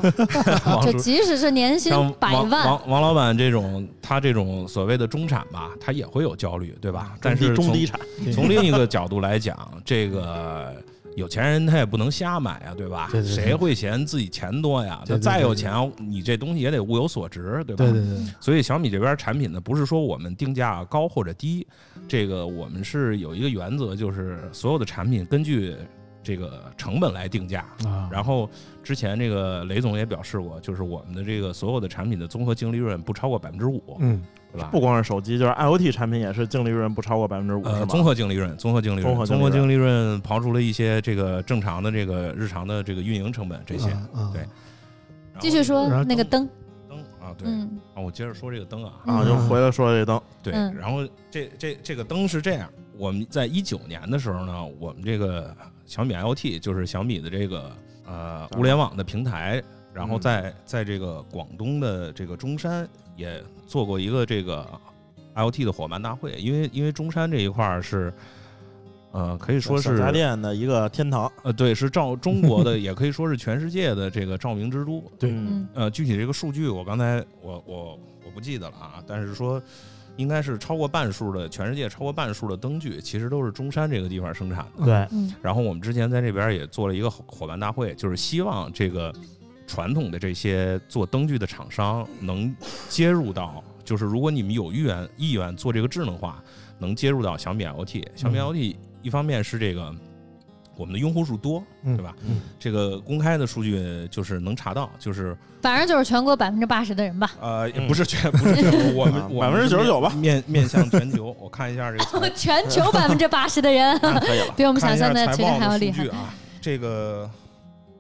E: 王
B: 就
E: 叔
B: 即使是年薪
E: 像
B: 百
E: 王
B: 万，
E: 王王老板这种，他这种所谓的中产吧，他也会有焦虑，对吧？但是
C: 中
E: 从
C: 低产，
E: 从另一个角度来讲，这个有钱人他也不能瞎买啊，对吧？
D: 对对对
E: 谁会嫌自己钱多呀？
D: 对对对
E: 就再有钱，你这东西也得物有所值，对吧？
D: 对对对，
E: 所以小米这边产品呢，不是说我们定价高或者低，这个我们是有一个原则，就是所有的产品根据这个成本来定价。
D: 啊，
E: 然后之前这个雷总也表示过，就是我们的这个所有的产品的综合净利润不超过百分之五，
D: 嗯，
E: 对吧
C: 不？光是手机，就是 IOT 产品也是净利润不超过百分之五，
E: 呃，
C: 是
E: 综
C: 吗？
E: 合净利润，综合净利
C: 综
E: 润，
C: 合净
E: 综
C: 利
E: 合
C: 润
E: 净利润刨除了一些这个正常的这个日常的这个运营成本这些。
C: 嗯
D: 啊啊
E: 对然后
B: 继续说
D: 然后
B: 那个灯，
E: 灯啊，对，
B: 嗯
E: 啊，我接着说这个灯啊，
C: 啊，就回来说这灯，
E: 对，
B: 嗯
E: 然后这这这个灯是这样，我们在一九年的时候呢，我们这个小米 IoT 就是小米的这个呃物联网的平台，然后
C: 嗯
E: 在在这个广东的这个中山也做过一个这个 IoT 的伙伴大会，因为因为中山这一块儿是。呃，可以说
C: 小
E: 是
C: 家电的一个天堂，
E: 呃，对，是照中 国的，也可以说是全世界的这个照明之都。
D: 对
C: 嗯
B: 嗯，
E: 呃，具体这个数据我刚才我我我不记得了啊，但是说应该是超过半数的，全世界超过半数的灯具其实都是中山这个地方生产的。
C: 对，
B: 嗯
E: 然后我们之前在这边也做了一个伙伙伴大会，就是希望这个传统的这些做灯具的厂商能接入到，就是如果你们有意愿意愿做这个智能化，能接入到小米 LT。小米
D: 嗯
E: LT 一方面是这个我们的用户数多，
D: 嗯
E: 对吧？
C: 嗯
E: 这个公开的数据就是能查到，就是
B: 反正就是全国百分之八十的人吧。
E: 呃，
C: 嗯
E: 不是全，不是全国，我 们我们是
C: 99%吧
E: 面面向全球。我看一下这 个财，
B: 全球百分之八十的人，
C: 那可以了。
B: 比我们
E: 看
B: 想象
E: 一下
B: 的
E: 财
B: 其实
E: 报
B: 还要
E: 的数
B: 厉害
E: 据。啊。这个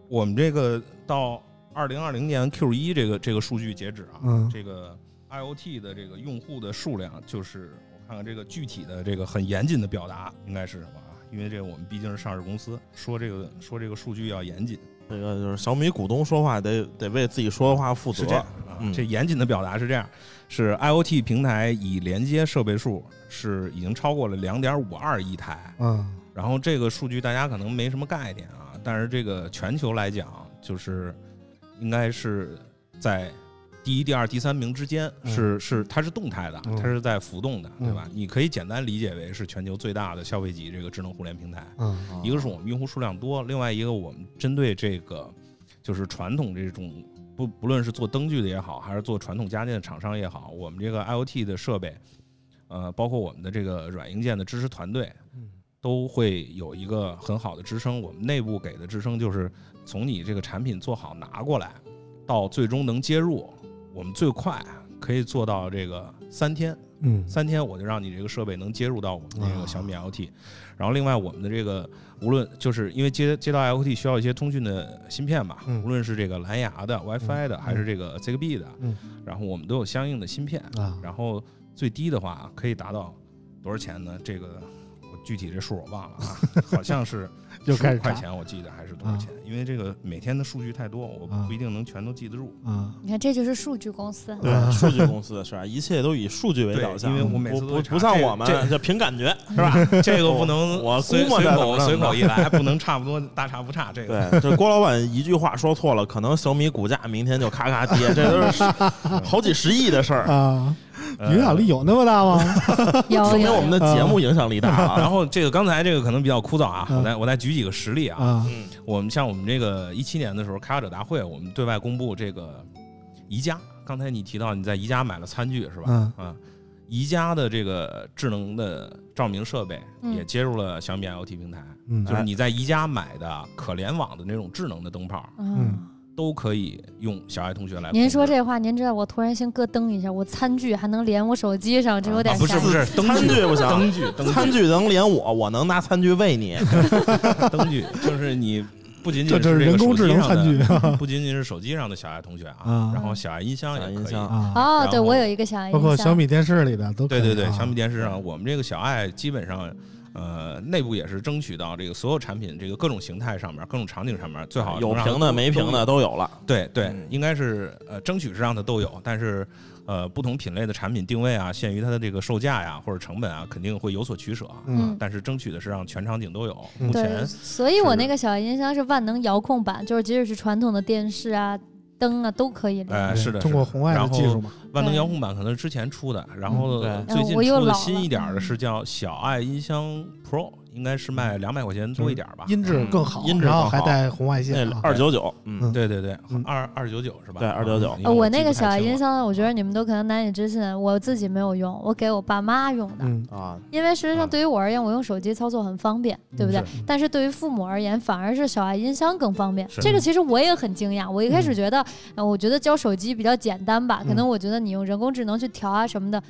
E: 我们这个到二零二零年 Q 一这个这个数据截止啊，
D: 嗯
E: 这个 IOT 的这个用户的数量，就是我看看这个具体的这个很严谨的表达应该是什么啊？因为这个我们毕竟是上市公司，说这个说这个数据要严谨，
C: 这个就是小米股东说话得得为自己说的话负责
E: 是这样啊，
C: 嗯
E: 这严谨的表达是这样：是 IOT 平台已连接设备数是已经超过了两点五二亿台，
D: 嗯
E: 然后这个数据大家可能没什么概念啊，但是这个全球来讲，就是应该是在第一、第二、第三名之间
D: 嗯
E: 是、是它是动态的，
D: 嗯
E: 它是在浮动的，
D: 嗯
E: 对吧？你可以简单理解为是全球最大的消费级这个智能互联平台。
D: 嗯
E: 一个是我们用户数量多，另外一个我们针对这个就是传统这种不不论是做灯具的也好，还是做传统家电的厂商也好，我们这个 IOT 的设备，呃，包括我们的这个软硬件的支持团队，都会有一个很好的支撑。我们内部给的支撑就是从你这个产品做好拿过来，到最终能接入，我们最快可以做到这个三天。
D: 嗯
E: 三天我就让你这个设备能接入到我们这
D: 啊
E: 个小米 LT，然后另外我们的这个无论就是因为接接到 LT 需要一些通讯的芯片嘛，
D: 嗯
E: 无论是这个蓝牙的、WiFi 的，还是这个 Zigbee 的，
D: 嗯
E: 然后我们都有相应的芯片，
D: 啊，
E: 然后最低的话可以达到多少钱呢？这个我具体这数我忘了啊， 好像是
D: 又
E: 十
D: 开始
E: 块
D: 查
E: 钱我记得还是多少钱？因为这个每天的数据太多，我
D: 啊
E: 不一定能全都记 得住。
D: 啊，
B: 你看，这就是数据公 司。
C: 对，数据公司的事儿，一切都以数据为
E: 对
C: 导向，
E: 因为我每次
C: 不
E: 都会
C: 不
E: 查
C: 不像
E: 这
C: 我们
E: 这
C: 就凭感觉，
E: 是吧？这个不能
C: 我
E: 随
C: 估摸
E: 随
C: 着
E: 口
C: 怎么
E: 随
C: 着
E: 口一来，不能差不多大差不差。这个
C: 对，这郭老板一句话说错了，可能小米股价明天就咔咔跌，这都 是好几十亿的事
B: 哦
C: 儿，
D: 啊，
E: 呃
D: 影响力有那么大吗？
B: 有
C: 说明
B: 有
C: 我们的节目影响力大啊。
E: 然后这个刚才这个可能比较枯燥啊，
D: 嗯
E: 我再我再举几个实例啊。
D: 啊，
C: 嗯，
E: 我们像我们这个一七年的时候，开发者大会，我们对外公布这个宜家。刚才你提到你在宜家买了餐具是吧？
D: 嗯
E: 啊，宜家的这个智能的照明设备
B: 嗯
E: 也接入了小米 IoT 平台，
D: 嗯
E: 就是你在宜家买的可联网的那种智能的灯泡，
B: 嗯，
E: 都可以用小爱同学来控制。
B: 您说这话，您知道我突然先咯噔一下，我餐具还能连我手机上，这有点
E: 啊不是
B: 吓
E: 不
B: 人。
E: 是灯
C: 餐具
E: 具
C: 不行
E: 灯具灯具
C: 餐具能连我，我能拿餐具喂你。
E: 灯具，就是你不仅仅
D: 这
E: 是
D: 这是
E: 这个
D: 人工智能
E: 手机
D: 餐
E: 上
D: 具
E: 的， 不仅仅是手机上的小爱同学啊
D: 啊，
E: 然后小爱音箱也
C: 小爱音
E: 可以。
C: 箱
D: 啊，
B: 哦，
E: 然
B: 对
E: 后
B: 我有一个小爱
D: 包括
B: 音
D: 小
B: 箱，
D: 米电视里的都可
E: 对
D: 以
E: 对对，
D: 啊
E: 小米电视
C: 嗯
E: 上，我们这个小爱基本上，呃，内部也是争取到这个所有产品这个各种形态上面、各种场景上面， 最好
C: 有
E: 能让它
C: 屏的
E: 都
C: 没屏。
E: 都
C: 的
E: 有
C: 都有了。
E: 对对
C: 嗯，
E: 应该是呃，争取是让它都有，但是呃，不同品类的产品定位啊，限于它的这个售价呀或者成本啊，肯定会有所取舍啊。
D: 嗯
E: 但是争取的是让全场景都有。
D: 嗯
E: 目
B: 对，
E: 前
B: 所以我
E: 是
B: 那个小爱音箱是万能遥控版，就是即使是传统的电视啊、灯啊都可以连。
E: 呃
D: 对
E: 是的，
D: 通
E: 是的
D: 过红外的技术嘛，
E: 万能遥控版可能是之前出的，然后
C: 嗯
E: 最近
B: 我又
E: 出
B: 老了
E: 的
B: 嗯
E: 新一点儿的是叫小爱音箱 Pro，应应该是卖两百块钱
C: 嗯
E: 多一点吧。
D: 音质更好，
C: 音质
D: 然后
C: 更
D: 还
C: 好
D: 带红外线
C: 那
D: 啊，
C: 二九九，嗯
D: 嗯，
E: 对对对
D: 嗯，
E: 二二九九是吧？
C: 对299
E: 嗯
B: 呃，我那个
E: 记不
B: 小
E: 太
B: 音
E: 清了嗯
B: 箱，我觉得你们都可能难以置信，我自己没有用，我给我爸妈用的。
D: 嗯，
C: 啊，
B: 因为实际
E: 啊
B: 上对于我而言，我用手机操作很方便，对
E: 嗯
B: 不对？但是对于父母而言，反而是小爱音箱更方便。
E: 是
B: 这个其实我也很惊讶，我一开始
D: 嗯
B: 觉得，呃我觉得教手机比较简单吧，可
D: 嗯
B: 能我觉得你用人工智能去调啊什么的。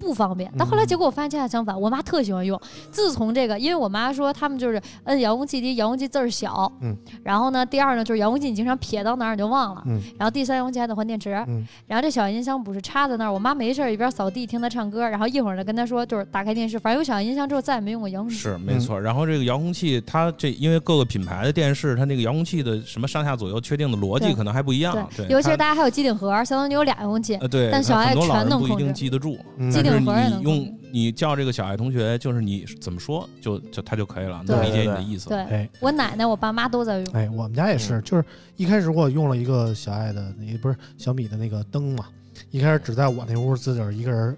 B: 不方便，但后来
D: 嗯
B: 结果我发现恰恰相反，我妈特喜欢用。自从这个，因为我妈说他们就是摁遥控器，第一遥控器字儿小，
D: 嗯，
B: 然后呢，第二呢就是遥控器你经常撇到哪儿你就忘了，
D: 嗯，
B: 然后第三遥控器还得换电池，
D: 嗯
B: 然后这小音箱不是插在那儿，我妈没事儿一边扫地听她唱歌，然后一会儿呢跟她说就是打开电视，反正有小音箱之后再也没用过遥控器。
E: 是没错。然后这个遥控器，它这因为各个品牌的电视，它那个遥控器的什么上下左右确定的逻辑
B: 对
E: 可能还不一样。啊对，
B: 对，尤其是
E: 它
B: 大家还有机顶盒，相当于有俩遥控器。
E: 呃对，
B: 但
E: 它
B: 小
E: 很
B: 爱
E: 多老
B: 全
E: 人
B: 能
E: 不一
B: 控
E: 定
B: 制
E: 记得住。
D: 嗯
B: 机
E: 但
B: 顶
E: 是
B: 盒也
E: 你
B: 能控
E: 用
B: 制
E: 你叫这个小爱同学，就是你怎么说，就就他就可以了，
B: 对
E: 能理解
C: 对
E: 你
C: 对
E: 的意思。
B: 对
D: 哎
B: 我奶奶、我爸妈都在用。
D: 哎，我们家也
B: 嗯
D: 是，就是一开始我用了一个小爱的，也不是小米的那个灯嘛，一开始只在我那屋自个儿一个人。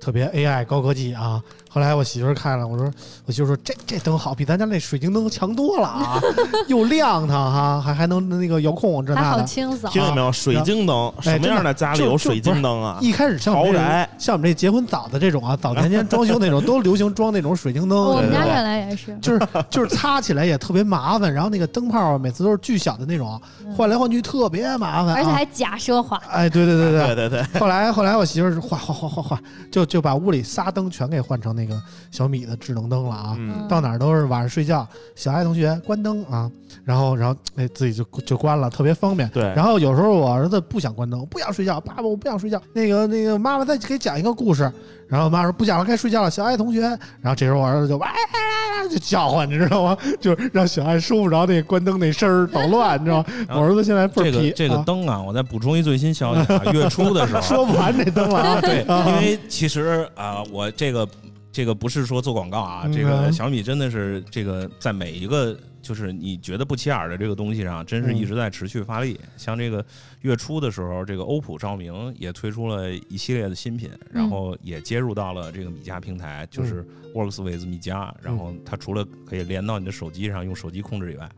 D: 特别 AI 高科技啊！后来我媳妇儿看了，我说，我媳妇儿说这这灯好，比咱家那水晶灯强多了 啊，又亮堂哈、还还能那个遥控这
B: 还
D: 那
B: 好
D: 的。
B: 清
E: 嗯
B: 扫，
C: 听见没有？水晶灯，
E: 哎
C: 什么样的家里有水晶灯啊？
D: 一开始像我们
C: 豪
D: 这
C: 宅
D: 像我们这结婚早的这种啊，早年间装修那种都流行装那种水晶灯，
B: 哦我们
D: 对
B: 家
D: 对对
B: 原来也是。
D: 就是就是擦起来也特别麻烦，然后那个灯泡每次都是巨小的那种，
B: 嗯
D: 换来换去特别麻烦、啊，
B: 而且还假奢华，
E: 哦
D: 哎，对对对对
C: 对对啊对，
D: 后来后来我媳妇儿换换换换换，就就把屋里仨灯全给换成那个小米的智能灯了啊。
C: 嗯，
D: 到哪儿都是晚上睡觉，小爱同学关灯啊，然后然后哎自己就就关了，特别方便。
C: 对
D: 然后有时候我儿子不想关灯，不想睡觉，爸爸我不想睡觉，那个那个妈妈再给讲一个故事，然后妈说不讲了，该睡觉了，小爱同学。然后这时候我儿子就哇、就叫唤，你知道吗？就让小爱收不着那关灯那声儿捣乱，你知道 吗？我儿子现在倍儿
E: 这
D: 皮
E: 个，这个
D: 啊
E: 灯啊，我再补充一最新消息啊，月初的时候，
D: 说不完这灯了啊。
E: 对，
D: 啊
E: 因为其实啊、我这个这个不是说做广告啊，
D: 嗯
E: 这个小米真的是这个在每一个就是你觉得不起眼儿的这个东西上，真
D: 嗯
E: 是一直在持续发力。像这个月初的时候，这个欧普照明也推出了一系列的新品，然后也接入到了这个米家平台，
D: 嗯
E: 就是 Works with 米家。然后它除了可以连到你的手机上用手机控制以外，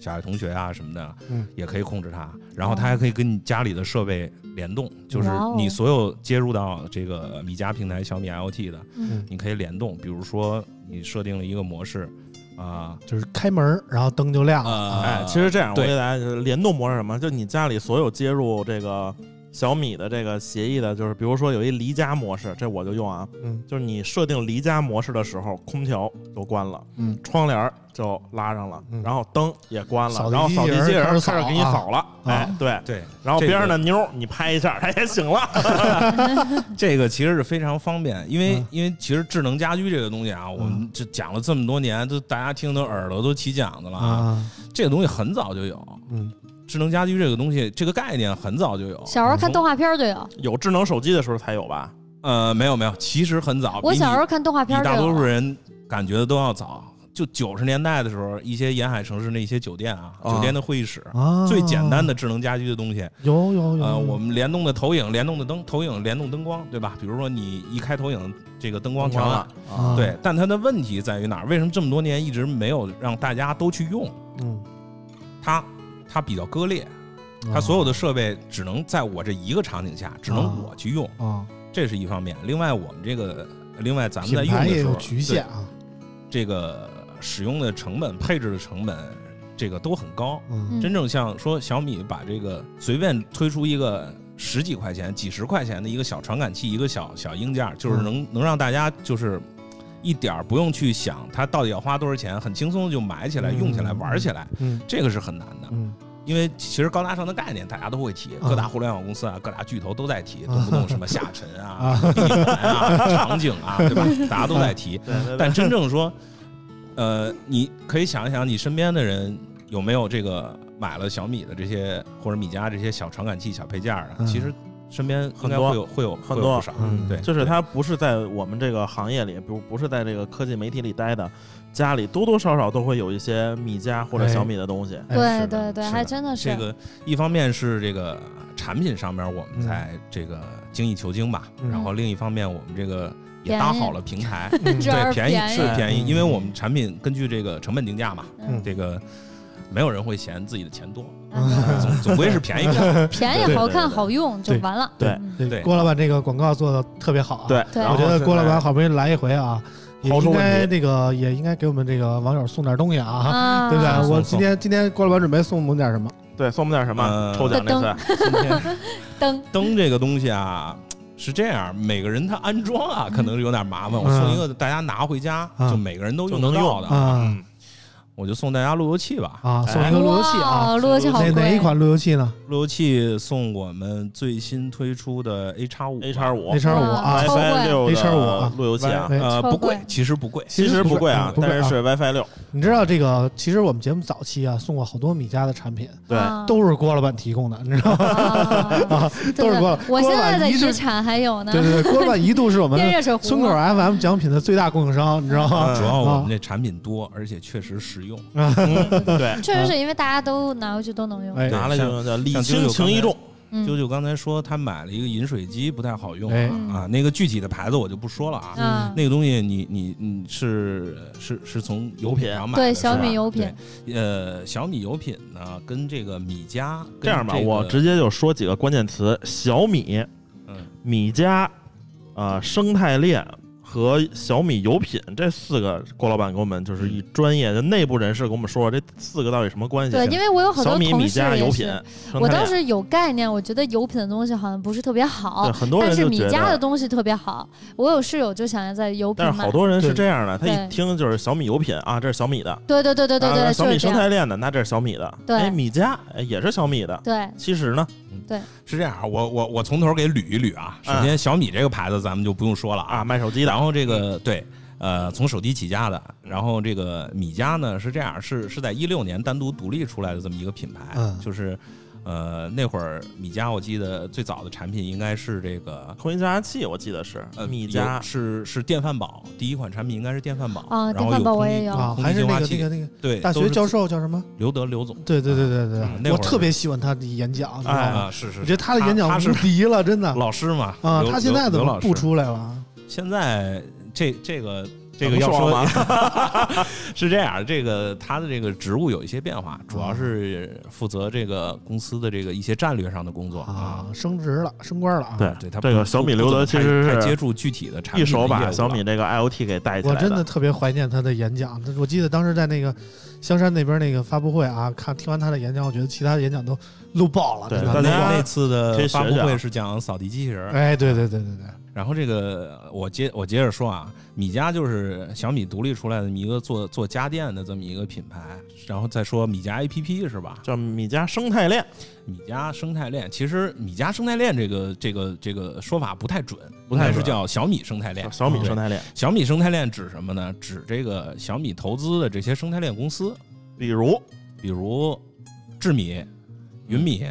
E: 小爱同学啊什么的，
D: 嗯哦
E: 也可以控制它。然后它还可以跟你家里的设备联动，就是
B: 哇哦
E: 你所有接入到这个米家平台小米 IoT 的，
B: 嗯
E: 你可以联动。比如说你设定了一个模式，啊、
D: 就是开门儿，然后灯就亮了。
E: 呃，
C: 哎，其实这样，我
E: 对
C: 给大家就是联动模式是什么？就你家里所有接入这个小米的这个协议的，就是比如说有一离家模式，这我就用啊，
D: 嗯
C: 就是你设定离家模式的时候，空调就关了，
D: 嗯，
C: 窗帘儿就拉上了，
D: 嗯
C: 然后灯也关了
D: 扫，地
C: 然后
D: 机
C: 扫
D: 器
C: 地
D: 人
C: 机器人
D: 开始
C: 开始
D: 扫
C: 给你
D: 啊
C: 扫了，哎，对。
E: 对，
C: 然后边上
E: 这
C: 的妞儿，你拍一下，她也醒了。
E: 这个其实是非常方便，因为、
D: 嗯
E: 因为其实智能家居这个东西啊，我们这讲了这么多年，都大家听得耳朵都起茧子了啊。
D: 啊，
E: 这个东西很早就有，
D: 嗯，
E: 智能家居这个东西，这个概念很早就有。
B: 小时候看动画片儿就
E: 哦
B: 有，
C: 有智能手机的时候才有吧？
E: 呃，没有没有，其实很早，
B: 我
E: 比你
B: 小时候看动画
E: 比
B: 片儿就
E: 大
B: 有
E: 多数
B: 了。
E: 人感觉的都要早。就九十年代的时候，一些沿海城市那些酒店啊，
C: 啊
E: 酒店的会议室，
D: 啊
E: 最简单的智能家居的东西，
D: 有有有
E: 呃，我们联动的投影、联动的灯、投影联动灯光，对吧？比如说你一开投影，这个灯光调暗。
D: 啊
C: 啊，
E: 对，但它的问题在于哪儿？为什么这么多年一直没有让大家都去用？
D: 嗯，
E: 它它比较割裂，它所有的设备只能在我这一个场景下，只能
D: 啊
E: 我去用，
D: 有啊，
E: 这是一方面。另外，我们这个，另外咱们在
D: 品
E: 用
D: 牌
E: 的
D: 也
E: 时候
D: 有局限啊，
E: 这个使用的成本、配置的成本，这个都很高。
D: 嗯
B: 嗯
E: 真正像说小米把这个随便推出一个十几块钱、几十块钱的一个小传感器、一个小小硬件，
D: 嗯
E: 就是能、能让大家就是一点儿不用去想它到底要花多少钱，很轻松地就买起来、
D: 嗯
E: 用起来、玩起来，
D: 嗯
E: 这个是很难的。
D: 嗯
E: 因为其实高大上的概念大家都会提，
D: 啊
E: 各大互联网公司啊、各大巨头都在提，动不
D: 嗯
E: 动什么下沉 啊
D: 啊、
E: 地板啊、场景啊，对吧？大家都在提。
C: 对对对
E: 但真正说，呃，你可以想一想，你身边的人有没有这个买了小米的这些或者米家这些小传感器、小配件儿啊？
D: 嗯
E: 其实身边应
C: 很
E: 该
C: 多
E: 会有会有
C: 很
E: 会有
C: 多
E: 不少，
D: 嗯
E: 对，
C: 就是
E: 对
C: 它不是在我们这个行业里，比如不是在这个科技媒体里待的，家里多多少少都会有一些米家或者小米的东西。
D: 哎
B: 对
E: 是
B: 对
E: 的
B: 对，
E: 是
B: 还
E: 的
B: 真的是
E: 这。个一方面是这个产品上面我们在这个精益求精吧，
D: 嗯
E: 然后另一方面我们这个也搭好了平 台，
D: 嗯
B: 这
E: 对，
B: 儿
E: 便宜是
C: 宜
E: 便宜，
D: 嗯
E: 因为我们产品根据这个成本定价嘛，
D: 嗯
E: 这个没有人会嫌自己的钱多，
B: 嗯
E: 总总归是便宜票。
C: 对
B: 便宜、
C: 对
B: 好
C: 对
B: 看、
C: 对
B: 好用就
D: 对
B: 完了。
C: 对
B: 嗯
D: 对
E: 对
D: 哎郭老板这个广告做的特别好啊。
C: 对，，
B: 对
C: 然
D: 我
C: 后
D: 觉得
C: 现
D: 郭老
C: 在
D: 板好不容易来一回啊，也
C: 刨出
D: 应
C: 问
D: 该
C: 题
D: 那个也应该给我们这个网友送点东西啊，
B: 啊，
D: 对不对？我
E: 送
D: 今天今天郭老板准备送我们点什么？
C: 对，送我们点什么
E: 呃
C: 抽奖这次？啊
E: 今天
B: 灯
E: 灯这个东西啊，是这样，每个人他安装啊，可能有点麻烦。我
D: 嗯
E: 送一个，大家拿回家，
D: 嗯
E: 就每个人都
C: 就
E: 用得
C: 能
E: 到的啊，
D: 啊
C: 嗯，
E: 我就送大家路由器吧。
D: 啊，
C: 哎
D: 送一个路由器啊，
B: 哇路由器好
D: 哪
B: 贵，嗯
D: 哪一款路由器呢
E: 路由器送我们最新推出的 A 叉五
C: A 叉五
D: ？H
B: 哇
D: 5啊
B: 超贵
C: WiFi 六
D: H5 啊
C: 路由器啊
D: 哎，
E: 呃，
B: 超
E: 不
B: 贵
E: 贵，其实不贵，
C: 其实不贵啊，
D: 不贵
C: 但
D: 啊
C: 是是 WiFi 六，
D: 你知道这个？其实我们节目早期啊，送过好多米家的产品，
C: 对，
B: 啊
D: 都是郭老板提供的，你知 道吗？ 都是郭
B: 啊真
D: 老
B: 的
D: 板。
B: 我现在的
D: 一
B: 遗
D: 度，
B: 产还有呢
D: 对，对对，郭老板一度是我们
B: 电热水 壶，
D: 村口啊 FM 奖品的最大供应商，你知道
C: 嗯
D: 吗？
E: 主要我们这产品多，而且确实实用。
B: 嗯
C: 对，
B: 确实是因为大家都拿回去都能用。
D: 哎
C: 拿了就叫礼轻情意重，
B: 嗯
E: 舅舅刚才说他买了一个饮水机，不太好用
D: 哎
E: 啊啊，那个具体的牌子我就不说了啊。
B: 嗯，
E: 那个东西你你你是是是从油品上买的
B: 对
E: 是
B: 小
E: 吧
B: 米油品，
E: 对呃，小米油品呢跟这个米家
C: 这样吧，
E: 吧，
C: 我直接就说几个关键词：小米、
E: 嗯
C: 米家、呃生态链和小米油品这四个。郭老板给我们就是以
E: 嗯
C: 专业的内部人士给我们说说这四个到底什么关系？
B: 对，因为我有很多
C: 小米、
B: 同
C: 米
B: 事
C: 家、
B: 也
C: 油品
B: 是，、
C: 生
B: 我
C: 态啊
B: 当
C: 链。
B: 时有概念，我觉得油品的东西好像不是特别好
C: 对，，很多
B: 但
C: 人
B: 是
C: 就
B: 米
C: 觉
B: 家的
C: 得，
B: 东西特别好。我有室友就想要在油品
C: 但是
B: 买
C: 好，多人是
D: 对
C: 这样的，他
B: 对
C: 一听就是小米油品啊，这是小米的，
B: 对对对对对
C: 啊
B: 对，
C: 小
B: 就是
C: 米
B: 这
C: 生
B: 样。
C: 态链的，那这是小米的，
B: 对
C: 哎，米家哎也是小米的。
B: 对，
C: 其实呢，
E: 是这样啊，我我我从头给捋一捋啊。
C: 嗯
E: 首先，小米这个牌子咱们就不用说了
C: 啊，
E: 啊。
C: 卖手机的
E: 然后这个对，呃，从手机起家的，然后这个米家呢是这样，是是在一六年单独独立出来的这么一个品牌，
D: 嗯
E: 就是呃那会儿米家我记得最早的产品应该是这个。
C: 空气净化器，我记得是
E: 呃，
C: 米
E: 有
C: 家
E: 是是电饭煲，第一款产品应该是电饭煲
B: 啊
E: 然
B: 电
E: 后
B: 饭煲我
E: 有空
B: 也
E: 气
B: 有
D: 啊，
E: 空
D: 还
E: 气
D: 是
E: 净
D: 那
E: 化
D: 个
E: 器
D: 那个那个
E: 对，
D: 大学教
E: 都是
D: 授叫什么？
E: 刘德刘总
D: 对对对对对
E: 嗯那
D: 对，我
E: 会儿
D: 特别喜欢他的演讲，你知道
C: 哎
D: 吗？
E: 啊，是是，
D: 我
E: 是
D: 觉得他的演
E: 他
D: 讲
E: 是
D: 无敌了，真的
E: 老师嘛
D: 啊！
E: 刘
D: 他现在
E: 刘
D: 怎
E: 刘
D: 么
E: 老师
D: 不出来了？
E: 现在这这个这个
C: 能
E: 要
C: 说
E: 说
C: 吗
E: 是这样，这个他的这个职务有一些变化，主
D: 啊
E: 要是负责这个公司的这个一些战略上的工作
D: 啊，。升职了，升官了啊！
C: 对
E: 对他
C: 这个小米刘德其实
E: 太
C: 是
E: 接触具体的产品
C: 一
E: 的业务
C: 手
E: 了，
C: 把小米这个 IoT 给带起
D: 我
C: 来
D: 真的特别怀念他的演讲，我记得当时在那个香山那边那个发布会啊，看听完他的演讲，我觉得其他的演讲都录爆了，
C: 对
D: 真
E: 那
D: 的
C: 大家
E: 那那次
C: 可以
E: 的
C: 学
E: 发布
C: 学
E: 会
C: 啊
E: 是讲扫地机器人儿，
D: 哎，对对对对对，
E: 然后这个我接我接着说啊，米家就是小米独立出来的一个做做家电的这么一个品牌，然后再说米家 A P P 是吧？
C: 叫米家生态链，
E: 米家生态链，其实米家生态链这个这个这个说法不太准，
C: 不太
E: 应该
C: 准
E: 是叫小米生态链。
C: 小米生
E: 态
C: 态链，
E: 小米生态链指什么呢？指这个小米投资的这些生态链公司，
C: 比如
E: 比如智米、云米、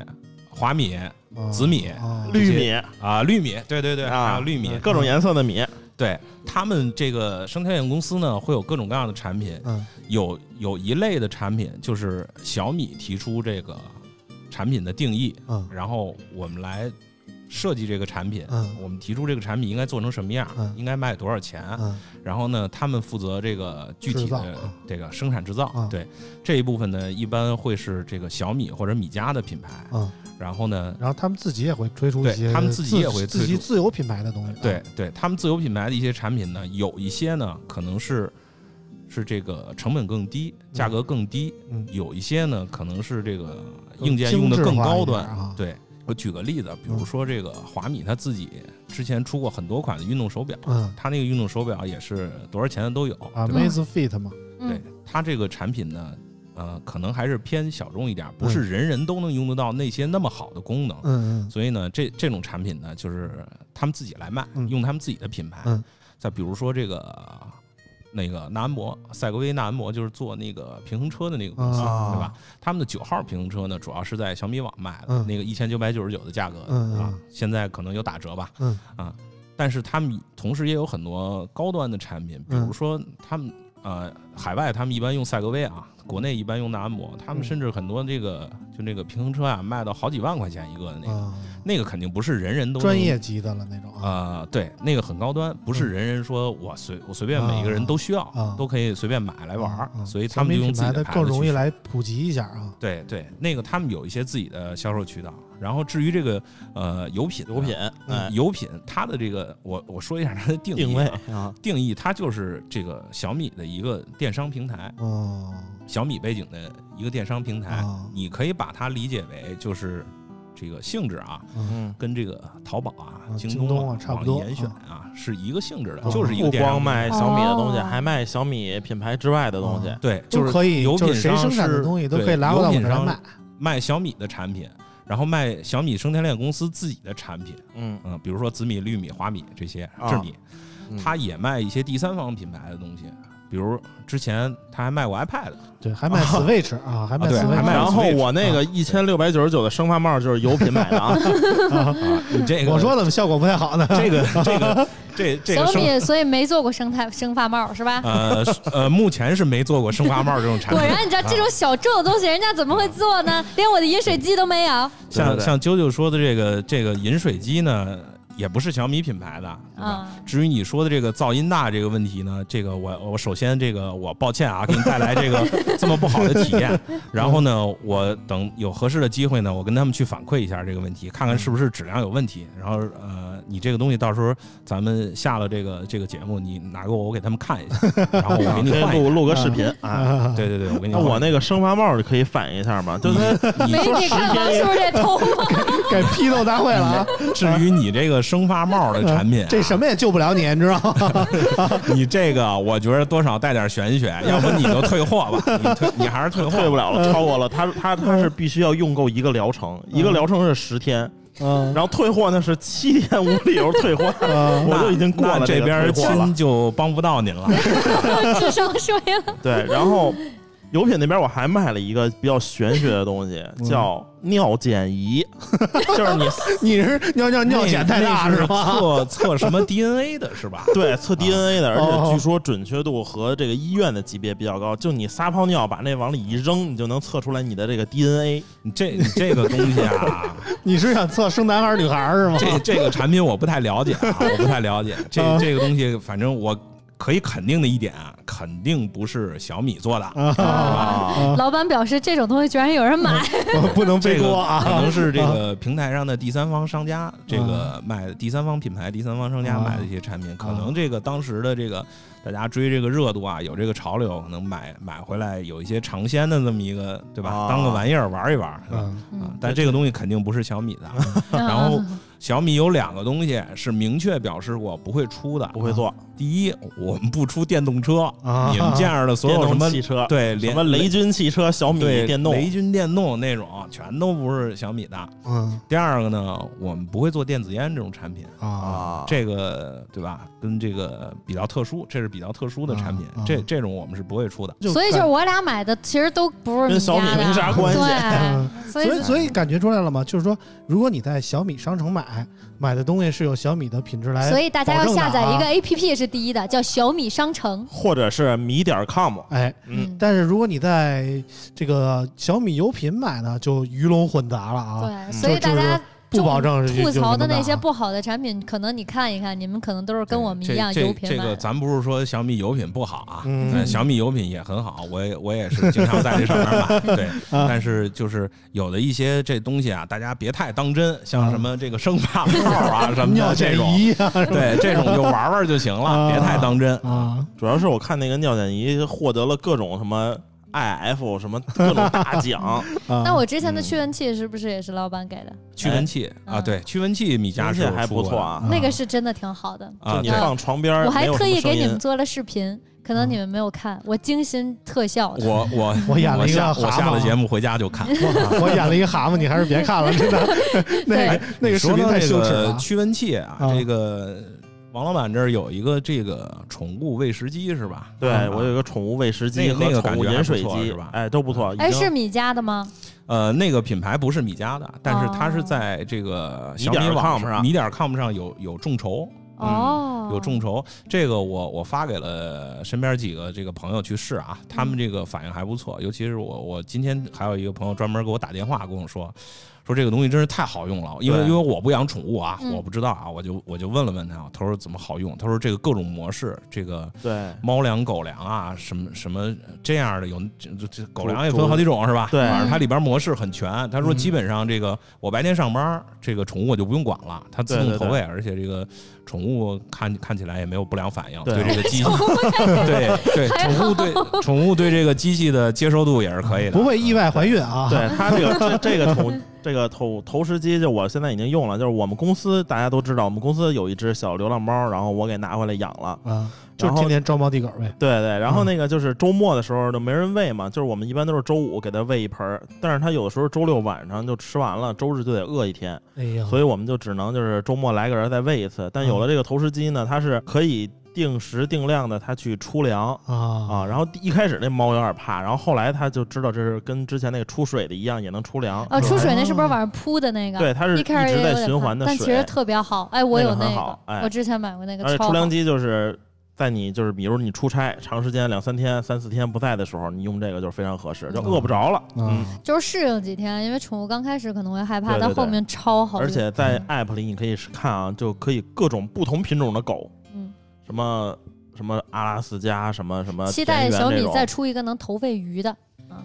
E: 华米
D: 啊
E: 紫米
D: 啊
C: 绿
E: 这嗯
C: 米
E: 啊、绿米，对对对，还
C: 啊，
E: 有绿米，
C: 各种颜色的米，
E: 对他们这个生态链公司呢，会有各种各样的产品，
D: 嗯
E: 有有一类的产品就是小米提出这个产品的定义，
D: 嗯
E: 然后我们来设计这个产品，
D: 嗯
E: 我们提出这个产品应该做成什么样，
D: 嗯
E: 应该卖多少钱，
D: 嗯
E: 然后呢，他们负责这个具体
D: 制造
E: 的
D: 嗯
E: 这个生产制造，
D: 嗯
E: 对这一部分呢，一般会是这个小米或者米家的品牌，
D: 嗯，
E: 然后呢。
D: 然后他们自己也会推出一
E: 对
D: 些，
E: 他们自己也会推出
D: 自己自有品牌的东西，啊
E: 对对，他们自有品牌的一些产品呢，有一些呢可能是是这个成本更低，价格更低，
D: 嗯
E: 有一些呢可能是这个
D: 更
E: 硬件用
D: 精
E: 的
D: 致
E: 更
D: 化一
E: 高
D: 点
E: 端。
D: 啊嗯
E: 对我举个例子，比如说这个华米他自己之前出过很多款的运动手表，
D: 嗯
E: 他那个运动手表也是多少钱的都有，
D: 啊
E: 对吧？
D: ，Maze Fit 嘛，
E: 对
B: 嗯，
E: 他这个产品呢。呃，可能还是偏小众一点，不
D: 嗯
E: 是人人都能用得到那些那么好的功能。
D: 嗯嗯
E: 所以呢，这这种产品呢，就是他们自己来卖，
D: 嗯
E: 用他们自己的品牌。
D: 嗯
E: 再比如说这个那个纳安博，赛格威纳安博就是做那个平衡车的那个公司，
D: 啊
E: 对吧？他们的九号平衡车呢，主要是在小米网卖的，
D: 嗯
E: 那个一千九百九十九的价格、
D: 嗯
E: 啊
D: 嗯，
E: 现在可能有打折吧。
D: 嗯
E: 啊，但是他们同时也有很多高端的产品，比如
D: 嗯
E: 说他们。呃，海外他们一般用赛格威啊，国内一般用纳安博，他们
D: 嗯
E: 甚至很多这个就就那个平衡车啊，卖到好几万块钱一个的那个，
D: 啊，
E: 那个肯定不是人人都能
D: 专业级的了那种啊，
E: 啊、对，那个很高端，不是人人说我随我随便每个人都需要，
D: 啊
E: 都可以随便买来玩儿，
D: 嗯嗯
E: 所以他们就用自己
D: 小品
E: 的牌
D: 牌
E: 子
D: 更容易
E: 去
D: 来普及一下啊。
E: 对对，那个他们有一些自己的销售渠道。然后至于这个呃油品呢，
C: 油品，
E: 嗯
C: 哎，
E: 油品它的这个我我说一下它的定义、啊、
C: 定位啊，
E: 定义它就是这个小米的一个电商平台，
D: 哦，
E: 小米背景的一个电商平台，
D: 哦
E: 你可以把它理解为就是这个性质啊，
C: 嗯，
E: 跟这个淘宝啊、
D: 啊
E: 京
D: 京
E: 东
D: 东啊差不多
E: 网易严选啊是一个性质的，
D: 哦
E: 就是一个
C: 不
E: 电商
C: 光
E: 平台
C: 卖小米的东西，
B: 哦
C: 还卖小米品牌之外的东西。
D: 哦
E: 对，
D: 都
E: 就是
D: 可以，
E: 油
D: 就
E: 品
D: 是谁
E: 商
D: 生产的
E: 是
D: 东西都
E: 对
D: 可以拉过
E: 油
D: 来我
E: 品
D: 这儿
E: 商
D: 卖。
E: 卖小米的产品，然后卖小米生态链公司自己的产品，
C: 嗯，
E: 嗯，比如说紫米、绿米、华米这些
C: 啊
E: 智米，
C: 嗯
E: 它也卖一些第三方品牌的东西，比如之前它还卖 过 iPad，
D: 对，还卖 Switch 啊，还卖
E: 对还
D: Switch，
E: 卖
C: 然后
E: Switch，
C: 我那个
E: 啊
C: 一千六百九十九的生发帽就是油品买的啊，
E: 啊，你这个
D: 我说怎么效果不太好呢？
E: 这个这个这这个
B: 小
E: 生
B: 米所以没做过生态生发帽是
C: 啊
B: 吧？
E: 呃是呃，目前是没做过生发帽这种产
B: 果
E: 品。
B: 然，你知道这种小众的东西，人家怎么会做呢？连我的饮水机都没有。
C: 对
E: 像
C: 对对
E: 像啾啾说的这个这个饮水机呢，也不是小米品牌的，对吧？
B: 嗯
E: 至于你说的这个噪音大这个问题呢，这个我我首先这个我抱歉啊，给你带来这个这么不好的体验。然后呢，我等有合适的机会呢，我跟他们去反馈一下这个问题，看看是不是质量有问题。然后呃，你这个东西到时候咱们下了这个这个节目，你拿给我，我给他们看一下，然后 我给你
C: 可以
E: 换一
C: 录
E: 下。
C: 录个视频啊。
D: 啊，
E: 对对对，我给你
C: 那
E: 换一下。
C: 我那个生发帽就可以反映一下嘛，就 它
E: 你
B: 没，你看王叔这 头发，
D: 改批斗大会了 啊！
E: 至于你这个生发帽的产品啊，
D: 这什么也救不了你，你知道吗？
E: 你这个我觉得多少带点玄学，要不你就退货吧，你退你还是退货吧。
C: 退不了了，超过了。它它它是必须要用够一个疗程，一个疗程是十天，
D: 嗯
C: 然后退货那是七天无理由 退货，
D: 啊
C: 我就已经过
E: 那
C: 了
E: 这
C: 个
E: 边
C: 退货了
E: 亲。就帮不到您了。
B: 智商说明了。
C: 对，然后油品那边我还卖了一个比较玄学的东西，
E: 嗯
C: 叫尿检仪， 就是 你
D: 你是尿尿尿检太大
E: 那那
D: 是
E: 是
D: 吧？
E: 测测什么 DNA 的是吧？
C: 对测 DNA
E: 啊
C: 的，而
D: 哦
C: 且据说准确度和这个医院的级别比较高。就你撒泡尿把那往里一扔，你就能测出来你的这个 DNA。
E: 你这你这个东西啊，
D: 你是想测生男孩儿女孩儿是吗？
E: 这这个产品我不太了解啊，我不太了解。这
D: 啊
E: 这个东西，反正我可以肯定的一点啊，肯定不是小米做的。
C: 啊，
B: 老板表示，这种东西居然有人买，
D: 我不 能
E: 这
D: 背
E: 个
D: 锅啊！
E: 可能是这个平台上的第三方商家，
C: 嗯
E: 这个卖的第三方品牌、第三方商家
D: 啊
E: 卖的一些产品，可
C: 嗯
E: 能这个当时的这个大家追这个热度啊，有这个潮流，可能买买回来有一些尝鲜的这么一个，对吧？
C: 啊
E: 当个玩意儿玩一玩，对
D: 嗯
E: 吧啊
B: 嗯，
E: 但这个东西肯定不是小米 的。
C: 嗯
B: 然
E: 然后小米有两个东西是明确表示过不会出的
C: 不，会做
E: 第一，我们不出电动车，
D: 啊
E: 你们这样的所
C: 电
E: 有
C: 动
E: 什么
C: 汽车，什
E: 对连
C: 么雷军汽车、小米
E: 对
C: 电动，
E: 雷军电动那种，全都不是小米的。
D: 嗯
E: 第二个呢，我们不会做电子烟这种产品，
D: 啊，
C: 啊，
E: 这个对吧？跟这个比较特殊，这是比较特殊的产品，
D: 啊啊
E: 这这种我们是不会出的。
B: 所以就是我俩买的，其实都不是
C: 跟小米
B: 你家的
C: 没啥关系
B: 对，所
D: 嗯所以
B: 以
D: 所以感觉出来了吗？就是说，如果你在小米商城买买的东西是有小米的品质来，
B: 所以大家要下载一
D: 保证
B: 个
D: 的啊
B: A P P 是第一的，叫小米商城。
C: 或者是米点儿 com，
D: 哎，
C: 嗯，
D: 但是如果你在这个小米油品买呢，就鱼龙混杂了啊，
B: 嗯对，所以大家
D: 不保证是
B: 吐槽
D: 有
B: 的
D: 什么
B: 那些
D: 啊
B: 不好的产品，可能你看一看，你们可能都是跟我们一
E: 这
B: 样
E: 这
B: 优品
E: 这
B: 买
E: 个
B: 的。
E: 咱不是说小米油品不好啊，
D: 嗯
E: 对小米油品也很好，我也我也是经常在这上面 买。对，
D: 啊
E: 但是就是有的一些这东西啊，大家别太当真，像什么这个生发泡啊什么
D: 尿
E: 的
D: 检
E: 这种，
D: 仪啊
E: 对这种就玩玩就行了，
D: 啊
E: 别太当真。
D: 啊，
C: 主要是我看那个尿检仪获得了各种什么 IF 什么各种大 奖，
D: 啊嗯
B: 那我之前的驱蚊器是不是也是老板给的？
E: 驱蚊器
D: 哎
E: 啊，
B: 嗯
E: 对驱蚊器，米家是
C: 这
E: 有
C: 还
E: 出
C: 不
E: 过
C: 错
E: 的
C: 啊。
D: 嗯
B: 那个是真的挺好的，
E: 啊，
C: 就你
E: 对
C: 放床边儿，
B: 我还
C: 没有什
B: 特
C: 么
B: 意给
C: 声
B: 你
C: 音
B: 们做了视频，可能你们没有看，我精心特效的。
E: 我我
D: 我演了一个
E: 下我
D: 蛤
E: 下
D: 蟆
E: 了
D: 啊
E: 节目回家就 看。
D: 我我演了一蛤蟆，你还是别看了， 真的，那个哎那个视
E: 哎说
D: 频
E: 到
D: 太
E: 这
D: 羞耻
E: 个
D: 了。
E: 驱蚊器啊，
D: 啊
E: 这个王老板这儿有一个这个宠物喂食机是吧？
C: 对
E: 啊
C: 我有一个宠物喂食
E: 那
C: 机
E: 个那
C: 和
E: 个
C: 宠物
E: 感觉还
C: 饮
E: 不
C: 水
E: 错
C: 机
E: 是吧，
C: 哎，都不错。已
B: 哎，
C: 经
B: 是米家的吗？
E: 呃，那个品牌不
D: 哦
E: 是米家的，但是它是在这个小米
C: 米点
E: 网
C: 儿 com
E: 上
C: 上
E: 米点儿 com 上有有众筹，
B: 哦，
E: 嗯有众筹，这个我我发给了身边几个这个朋友去试啊，他
B: 嗯
E: 们这个反应还不错，尤其是我我今天还有一个朋友专门给我打电话跟我说，说这个东西真是太好用了，因为
C: 对
E: 因为我不养宠物啊，
B: 嗯
E: 我不知道啊，我就我就问了问他，他说怎么好用，他说这个各种模式，这个
C: 对
E: 猫粮、狗粮啊，什么什么这样的有这这这狗粮也分好几种是吧？
C: 对
E: 反正它里边模式很全。他说
D: 嗯
E: 基本上这个我白天上班，这个宠物我就不用管了，它自动投喂，而且这个宠物看看起来也没有不良反应，
C: 对
E: 对这个机器，对对宠物对宠物对这个机器的接受度也是可以的，
D: 不会意外怀孕啊。
C: 对，它这个这这个投 这个投投食机，就我现在已经用了，就是我们公司大家都知道，我们公司有一只小流浪猫，然后我给拿回来养了。
D: 啊，就
C: 然后
D: 天天招猫递狗呗。
C: 对对，然后那个就是周末的时候就没人喂嘛，就是我们一般都是周五给它喂一盆儿，但是它有的时候周六晚上就吃完了，周日就得饿一天，
D: 哎呀，
C: 所以我们就只能就是周末来个人再喂一次。但有了这个投食机呢，它是可以定时定量的它去出粮。
D: 啊
C: 啊，然后一开始那猫有点怕，然后后来它就知道这是跟之前那个出水的一样，也能出粮。
B: 哦，出水那是不是
D: 哦
B: 往上扑的那个？
C: 嗯对，，它是
B: 一
C: 一直
B: 开始也有
C: 在
B: 点
C: 循
B: 怕
C: 环的
B: 但其实
C: 水。
B: 特别好。哎，我有
C: 那个
B: 那
C: 很好哎
B: 我之前买过那个，
C: 而且
B: 超
C: 出
B: 好
C: 粮机就是在你就是比如你出差长时间两三天、三四天不在的时候，你用这个就是非常合适，就饿不着了。
D: 啊，
B: 就是适应几天，因为宠物刚开始可能会害怕，
C: 对对
B: 但
C: 对
B: 后面超好用。
C: 而且在 app 里你可以看啊，就可以各种不同品种的狗，
B: 嗯，
C: 什么什么阿拉斯加，什么什么
B: 期
C: 呃田
B: 待
C: 园
B: 小
C: 这
B: 米
C: 种
B: 再出一个能投喂鱼的。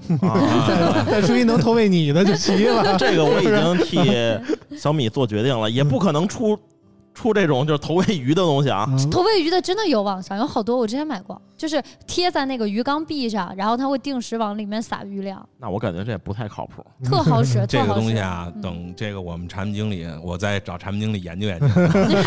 C: 啊。
D: 再说一能投喂你的就齐了
C: 这个我已经替小米做决定了，也不可能出出这种就是投喂鱼的东西啊。
D: 嗯
B: 投喂鱼的真的有网上有好多，我之前买过，就是贴在那个鱼缸壁上，然后它会定时往里面撒 鱼粮，
C: 那我感觉这也不太靠谱。
B: 特好 使，特
E: 这个
B: 好
E: 东
B: 使
E: 西。啊，
B: 嗯
E: 等这个我们产品经理，我再找产品经理研究研究，看看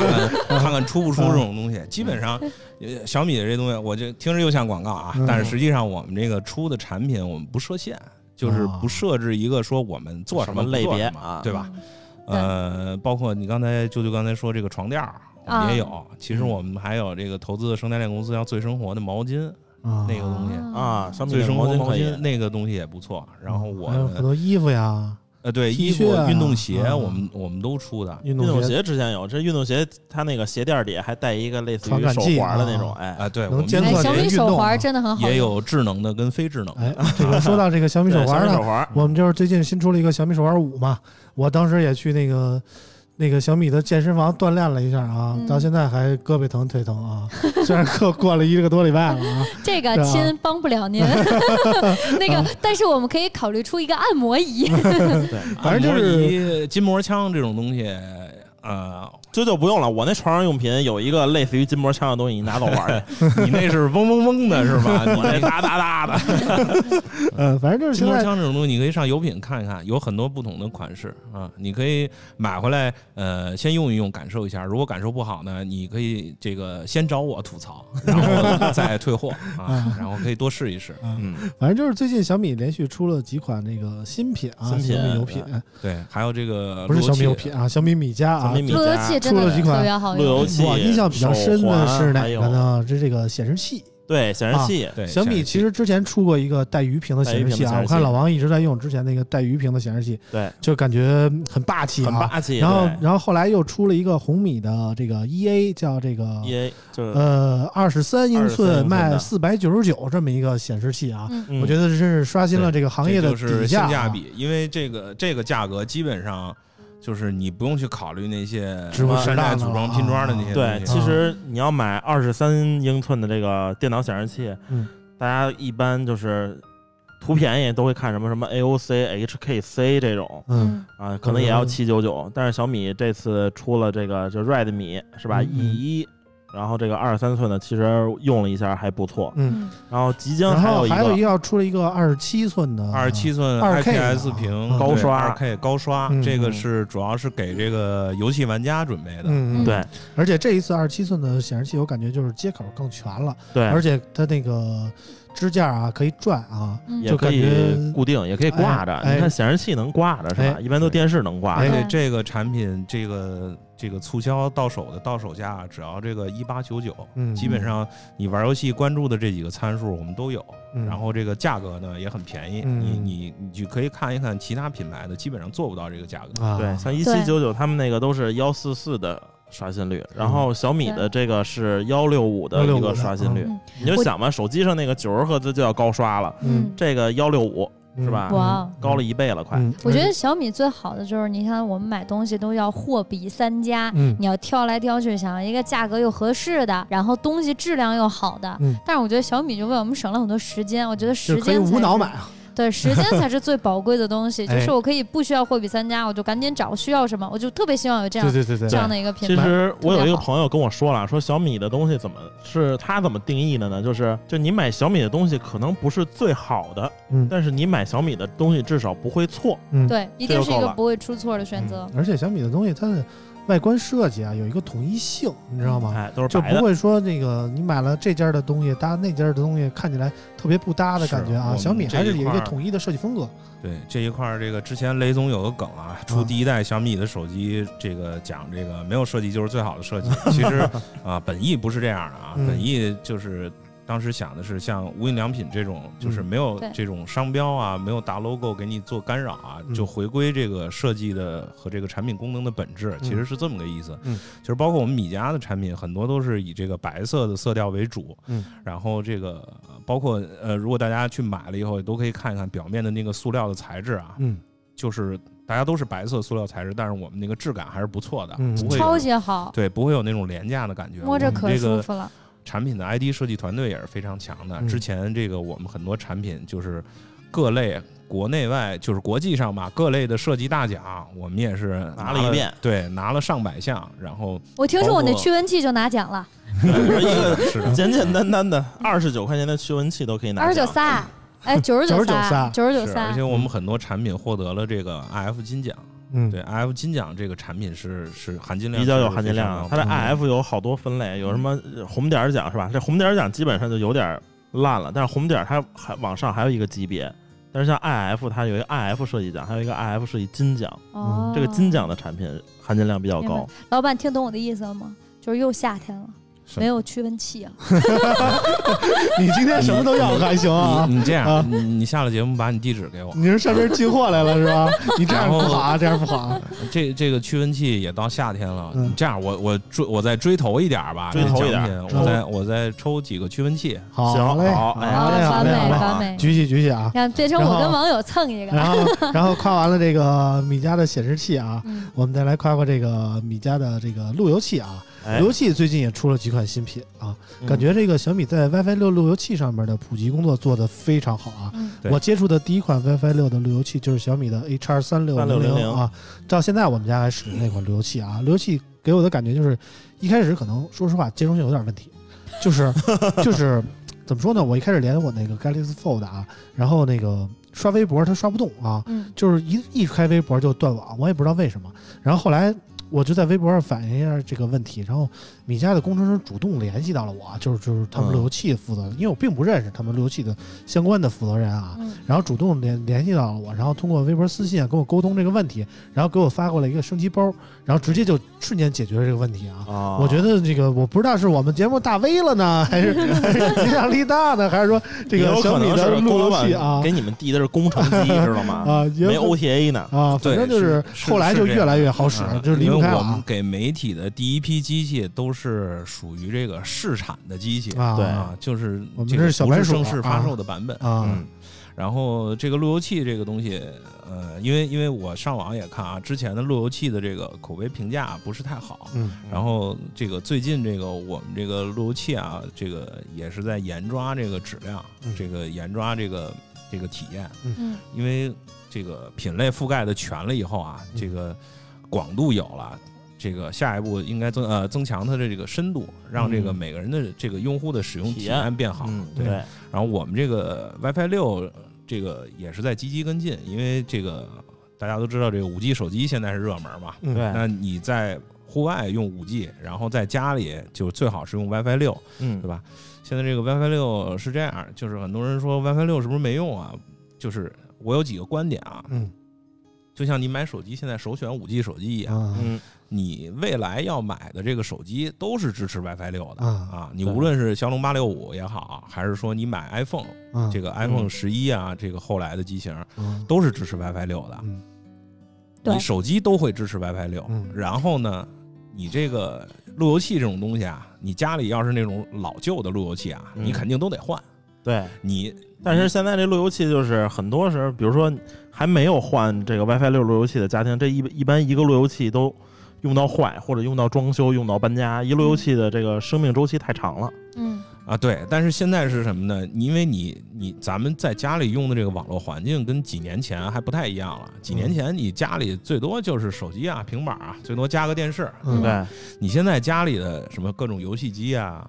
E: 看看出不出这种东西。基本上，呃小米的这东西，我就听着又像广告啊
D: 嗯，
E: 但是实际上我们这个出的产品，我们不设限，就是
D: 哦
E: 不设置一个说我们做什么
C: 什么类
E: 不做
C: 别
E: 什么
C: 啊
E: 对吧？
B: 嗯？对
E: 呃，包括你刚才舅舅刚才说这个床垫儿，我们也
D: 啊
E: 有。其
D: 嗯
E: 实我们还有这个投资的生态链公司叫最生活的毛巾，
D: 啊
E: 那个东西
B: 嗯
C: 啊，小米
E: 最
C: 的
E: 生活毛
C: 可以
E: 巾那个东西也不错。然后
D: 嗯
E: 我
D: 还有很
E: 的
D: 多衣服呀，
E: 呃，对
D: T
E: 衣服
D: 恤、啊
E: 运动鞋，
D: 啊
E: 我们我们都出的。
D: 运
C: 运
D: 动
C: 动鞋之前有，这运动鞋它那个鞋垫底还带一个类似
D: 传
C: 于
D: 感
C: 手
D: 器
C: 环的那
D: 啊
C: 种，哎，
E: 啊，对，
D: 能
E: 我们
D: 监
B: 哎，
D: 测
B: 小
D: 你
B: 米
D: 的运
B: 手
D: 动啊
B: 环真的很好用，
E: 也有智能的跟非智能的。
D: 哎，这个说到这个小米手
C: 对小
D: 环
C: 米
D: 呢
C: 手，环，
D: 我们就是最近新出了一个小米手环五嘛，我当时也去那个那个小米的健身房锻炼了一下啊，
B: 嗯
D: 到现在还胳膊疼腿疼啊， 虽然过过了一个多礼拜了 啊，
B: 这个
D: 对啊
B: 亲帮不了 您。那
D: 嗯
B: 个，但是我们可以考虑出一个按 摩仪，
C: 对，
D: 反正就是
E: 是啊筋膜枪这种东西，呃，
C: 这就不用了。我那床上用品有一个类似于筋膜枪的东西，你拿走玩儿去。
E: 你那是嗡嗡嗡的是吧？
C: 我这
E: 你
C: 哒哒哒 的，
D: 呃，反正就是
E: 筋
D: 现
E: 膜
D: 在
E: 枪这种东西，你可以上油品看一看，有很多不同的款式啊。你可以买回来，呃，先用一用，感受一下。如果感受不好呢，你可以这个先找我吐槽，然后再退货啊，然后可以多试一试。
C: 嗯，
D: 反正就是最近小米连续出了几款那个新品啊，
C: 新品呃
D: 小米油品，
E: 对，还有这个
D: 不是
E: 路
D: 小
E: 由
D: 米
E: 器
D: 油品啊，小米米家
C: 小
D: 啊
C: 米。米
B: 路由
C: 家
B: 器真的
D: 出了几款
B: 特别好
C: 路由
B: 用。
C: 器
D: 我印象比较深的是哪
C: 手
D: 个
C: 环
D: 呢？是这个显示器。
C: 对，显
D: 啊
C: 示器，
E: 对
D: 小米其实之前出过一个带鱼屏的显示器
C: 带鱼屏的显示
D: 啊，
C: 器
D: 我看老王一直在用之前那个带鱼屏的显示器，
C: 对，
D: 就感觉很霸气
C: 很
D: 啊。
C: 霸气。
D: 然后，然后后来又出了一个红米的这个 EA，叫这个
C: E A 就是，
D: 呃二十三英
C: 23英寸
D: 寸卖
C: 的
D: 四百九十九这么一个显示器啊，
B: 嗯，
C: 嗯
D: 我觉得真是刷新了这个行业的
E: 这就是
D: 底
E: 性
D: 价啊
E: 价比，因为这个这个价格基本上就是你不用去考虑那些
D: 值不值
E: 山寨
D: 当
E: 组
D: 了
E: 装
D: 啊
E: 拼装的那些东
C: 对
E: 西。，
C: 其实
D: 嗯
C: 你要买二十三英寸的这个电脑显示器，
D: 嗯，
C: 大家一般就是图便宜都会看什么什么 A O C H K C 这种
D: 嗯，
C: 啊，可能也要
D: 嗯
C: 七九九，但是小米这次出了这个就 Redmi 是吧
D: 嗯
C: E 一。然后这个二十三寸的其实用了一下还不错，
D: 嗯，
B: 嗯，
C: 然后即将
D: 然后还有
C: 有
D: 一
C: 一
D: 个要出了一个二十七寸的，
E: 二十七寸
D: 2K 啊
E: IPS 屏
D: 嗯
C: 高刷
E: 二 K 高刷，
D: 嗯
E: 这个是主要是给这个游戏玩家准备的。
D: 嗯，
C: 个对
D: 而且这一次二十七寸的显示器，我感觉就是接口更全了，而
C: 对，
D: 且它那个支架啊可以转啊，
B: 嗯
C: 也可
D: 就感
C: 以
D: 觉
C: 固定，也可以挂着。
D: 哎哎
C: 你看显示器能挂着是吧
D: 哎？
C: 一般都电视能挂
E: 而
C: 着。
E: 且这个产品，这个这个促销到手的到手价只要这个一八九九，
D: 嗯
E: 基本上你玩游戏关注的这几个参数我们都有，
D: 嗯
E: 然后这个价格呢也很便宜，
D: 嗯
E: 你你你就可以看一看其他品牌的，基本上做不到这个价格。
B: 嗯
D: 啊，
C: 对，像一
B: 对
C: 七九九他们那个都是幺四四的刷新
D: 嗯
C: 率，然后小米的这个是幺六五的一
D: 165
C: 个
D: 的
C: 刷新率
B: 嗯，
C: 你就想吧，手机上那个九十赫兹就要高刷了，
D: 嗯，
C: 这个幺六五
D: 嗯
C: 是吧
B: 哇哦，
C: 高了一倍了，快。
D: 嗯
B: 我觉得，小米最好的就是，你看我们买东西都要货比三家，
D: 嗯
B: 你要挑来挑去，想要一个价格又合适的，然后东西质量又好的。
D: 嗯
B: 但是我觉得小米就为我们省了很多时间，我觉得
D: 就
B: 时
D: 是可以
B: 间才
D: 无脑
B: 是
D: 买，啊
B: 对，时间才是最宝贵的 东西。就
D: 哎
B: 是我可以不需要货比三家，我就赶紧找需要什么，我就特别希望有这样
D: 对对对对
B: 这
D: 对，
B: 样的一个品
C: 其
B: 牌。
C: 实我有一
B: 特别
C: 个
B: 好
C: 朋友跟我说了，说小米的东西怎么是他怎么定义的呢？就是就你买小米的东西可能不是最好的，
D: 嗯
C: 但是你买小米的东西至少不会错。
D: 嗯，
B: 对，一定是一
C: 够
B: 个
C: 了
B: 不会出错的选择
D: 嗯。而且小米的东西它的外观设计啊有一个统一性，你知道吗？
C: 哎，都是
D: 啊就
C: 白
D: 不
C: 的。
D: 会说那个你买了这家的东西搭那家的东西，看起来特别不搭的感觉
E: 是我
D: 啊。
E: 们
D: 小米还是有一
E: 这一块
D: 个
E: 儿
D: 统一的设计风格，
E: 对这一块儿，这个之前雷总有个梗啊，出
D: 嗯
E: 第一代小米的手机，这个讲这个没有设计就是最好 的设计。其实啊，本意不是这样的啊，
D: 嗯
E: 本意就是当时想的是像无印良品这种，就是
D: 嗯
E: 没有
B: 对
E: 这种商标啊，没有大 logo 给你做干扰啊，
D: 嗯
E: 就回归这个设计的和这个产品功能的本质，其实是这么个意思。
D: 嗯，
E: 就是包括我们米家的产品，很多都是以这个白色的色调为主。
D: 嗯，
E: 然后这个呃包括呃，如果大家去买了以后，也都可以看一看表面的那个塑料的材质啊，
D: 嗯，
E: 就是大家都是白色塑料材质，但是我们那个质感还是不错的，
D: 嗯
E: 不会有
B: 超级好，
E: 对，不会有那种廉价的感觉。
B: 摸着
E: 我们
B: 可
E: 这
B: 舒
E: 个
B: 服了。
E: 产品的 ID 设计团队也是非常强的。
D: 嗯
E: 之前这个我们很多产品就是各类国内外就是国际上吧，各类的设计大奖，我们也是
C: 拿了一遍
E: 对，拿了上百项。然后
B: 我听说
C: 包
B: 我那
C: 括
B: 驱蚊器就拿奖了，
C: 是 一个
E: 是的，
C: 简简单单的二十九块钱的驱蚊器都可以拿。
B: 二十九，仨，哎，九十九仨，九十九
E: 是，而
B: 仨
E: 且，我们很多产品获得了这个 IF 金奖。
D: 嗯，
E: 对，IF 金奖这个产品是是含金量
C: 比较有
E: 是
C: 含金量啊
E: 非。常
C: 它的
E: 高的嗯
C: IF 有好多分类，有什么呃红点儿奖是吧？这红点儿奖基本上就有点儿烂了，但是红点儿它还往上还有一个级别。但是像 IF，它有一个 IF 设计奖，还有一个 IF 设计金奖。
B: 哦，
C: 嗯这个金奖的产品含金量比较高
B: 明，老板听懂我的意思了吗？就是又夏天了，
E: 是
B: 没有驱蚊器啊，
D: 你今天什么都要还行啊。
E: 你你这
D: 啊
E: 样，你你下了节目把你地址给我。
D: 你是上这儿进货来了是吧？你这样不好啊，这样不好啊。
E: 这这个驱蚊器也到夏天了，
D: 嗯
E: 你这样我我追我再追投一点儿吧，
C: 追投一点儿
E: 这奖品
D: 抽
E: 我再我再抽几个驱蚊器。
D: 好
C: 行
D: 嘞，
C: 好哎
D: 好嘞，好
B: 哦完
D: 嘞，
B: 美
D: 好嘞，
B: 完美，
D: 举起举起啊！
B: 让变成
D: 然后
B: 我跟网友蹭一个，
D: 然后然后夸完了这个米家的显示器啊，
B: 嗯，
D: 我们再来夸夸这个米家的这个路由器啊。
C: 哎
D: 路，由器最近也出了几款新品啊，
C: 嗯
D: 感觉这个小米在 WiFi 六路由器上面的普及工作做得非常好啊。
B: 嗯
E: 对
D: 我接触的第一款 WiFi 六的路由器就是小米的 HR 三六
C: 3600
D: 啊，到现在我们家还使用那款路由器啊。路由器给我的感觉就是，一开始可能说实话兼容性有点问题，就是就是怎么说呢？我一开始连我那个 Galaxy Fold 啊，然后那个刷微博它刷不动啊，
B: 嗯，
D: 就是一一开微博就断网，我也不知道为什么。然后后来我就在微博上反映一下这个问题，然后米家的工程师主动联系到了我，就是就是他们
C: 嗯
D: 路由器负责，因为我并不认识他们路由器的相关的负责人啊。
B: 嗯
D: 然后主动联联系到了我，然后通过微博私信啊跟我沟通这个问题，然后给我发过来一个升级包，然后直接就瞬间解决了这个问题啊。
C: 啊，
D: 我觉得这个我不知道是我们节目大 V 了呢，还是 还是影响力大呢，还是说这
C: 也
D: 个
C: 有
D: 小
C: 可
D: 米
C: 能
D: 的
C: 是郭
D: 路
C: 老
D: 由器啊
C: 板给你们递的是工程机，知道吗？
D: 啊也有
C: 没
D: 可能
C: OTA 呢，
D: 啊，
E: 对
D: 反正就是
E: 是是
D: 后来就越来越好使，
E: 啊
D: 就是离
E: 因
D: 不
E: 为
D: 开了
E: 我们
D: 啊。
E: 给媒体的第一批机器都是属于这个试产的机器
D: 啊
C: 对
E: 啊，就是
D: 我们
E: 这
D: 这
E: 个
D: 是小
E: 不
D: 白
E: 是
D: 鼠
E: 正式发
D: 啊
E: 售的版本
D: 啊
E: 嗯，然后这个路由器这个东西，呃，因为因为我上网也看啊，之前的路由器的这个口碑评价不是太好，
D: 嗯
E: 然后这个最近这个我们这个路由器啊，这个也是在严抓这个质量，
D: 嗯
E: 这个严抓这个这个体验，
B: 嗯
E: 因为这个品类覆盖的全了以后啊，
D: 嗯
E: 这个广度有了。这个下一步应该增呃增强它的这个深度，让这个
C: 嗯
E: 每个人的这个用户的使用
C: 体
E: 体
C: 验
E: 验变好。
C: 嗯，
E: 对
C: 对，
E: 然后我们这个 WiFi 六这个也是在积极跟进，因为这个大家都知道，这个五 G 手机现在是热门嘛。
D: 嗯
C: 对
E: 那你在户外用五 G，然后在家里就最好是用 WiFi 六，
C: 嗯
E: 对吧？现在这个 WiFi 六是这样，就是很多人说 WiFi 六是不是没用啊？就是我有几个观点啊，
D: 嗯
E: 就像你买手机现在首选五 G 手机一样，
D: 啊
C: 嗯，
E: 你未来要买的这个手机都是支持 WiFi 六的
D: 啊
E: 啊。你
C: 对
E: 无论是骁龙八六五也好，还是说你买 iPhone。
D: 啊
E: 这个 iPhone 十一啊，这个后来的机型
D: 嗯
E: 都是支持 WiFi 六的，
D: 嗯
B: 对
E: 你手机都会支持 WiFi 六、
D: 嗯
E: 然后呢，你这个路由器这种东西啊，你家里要是那种老旧的路由器啊，
C: 嗯
E: 你肯定都得换。
C: 对，
E: 你
C: 但
E: 嗯
C: 是现在这路由器就是很多时候，比如说还没有换这个 WiFi 六路由器的家庭，这一一般一个路由器都用到坏，或者用到装修、用到搬家，一路由器的这个生命周期太长了。
B: 嗯，
E: 啊，对，但是现在是什么呢？你因为你你咱们在家里用的这个网络环境跟几年前还不太一样了。几
D: 嗯
E: 年前你家里最多就是手机啊、平板啊，最多加个电视。
D: 嗯，
C: 对，
E: 你现在家里的什么各种游戏机啊，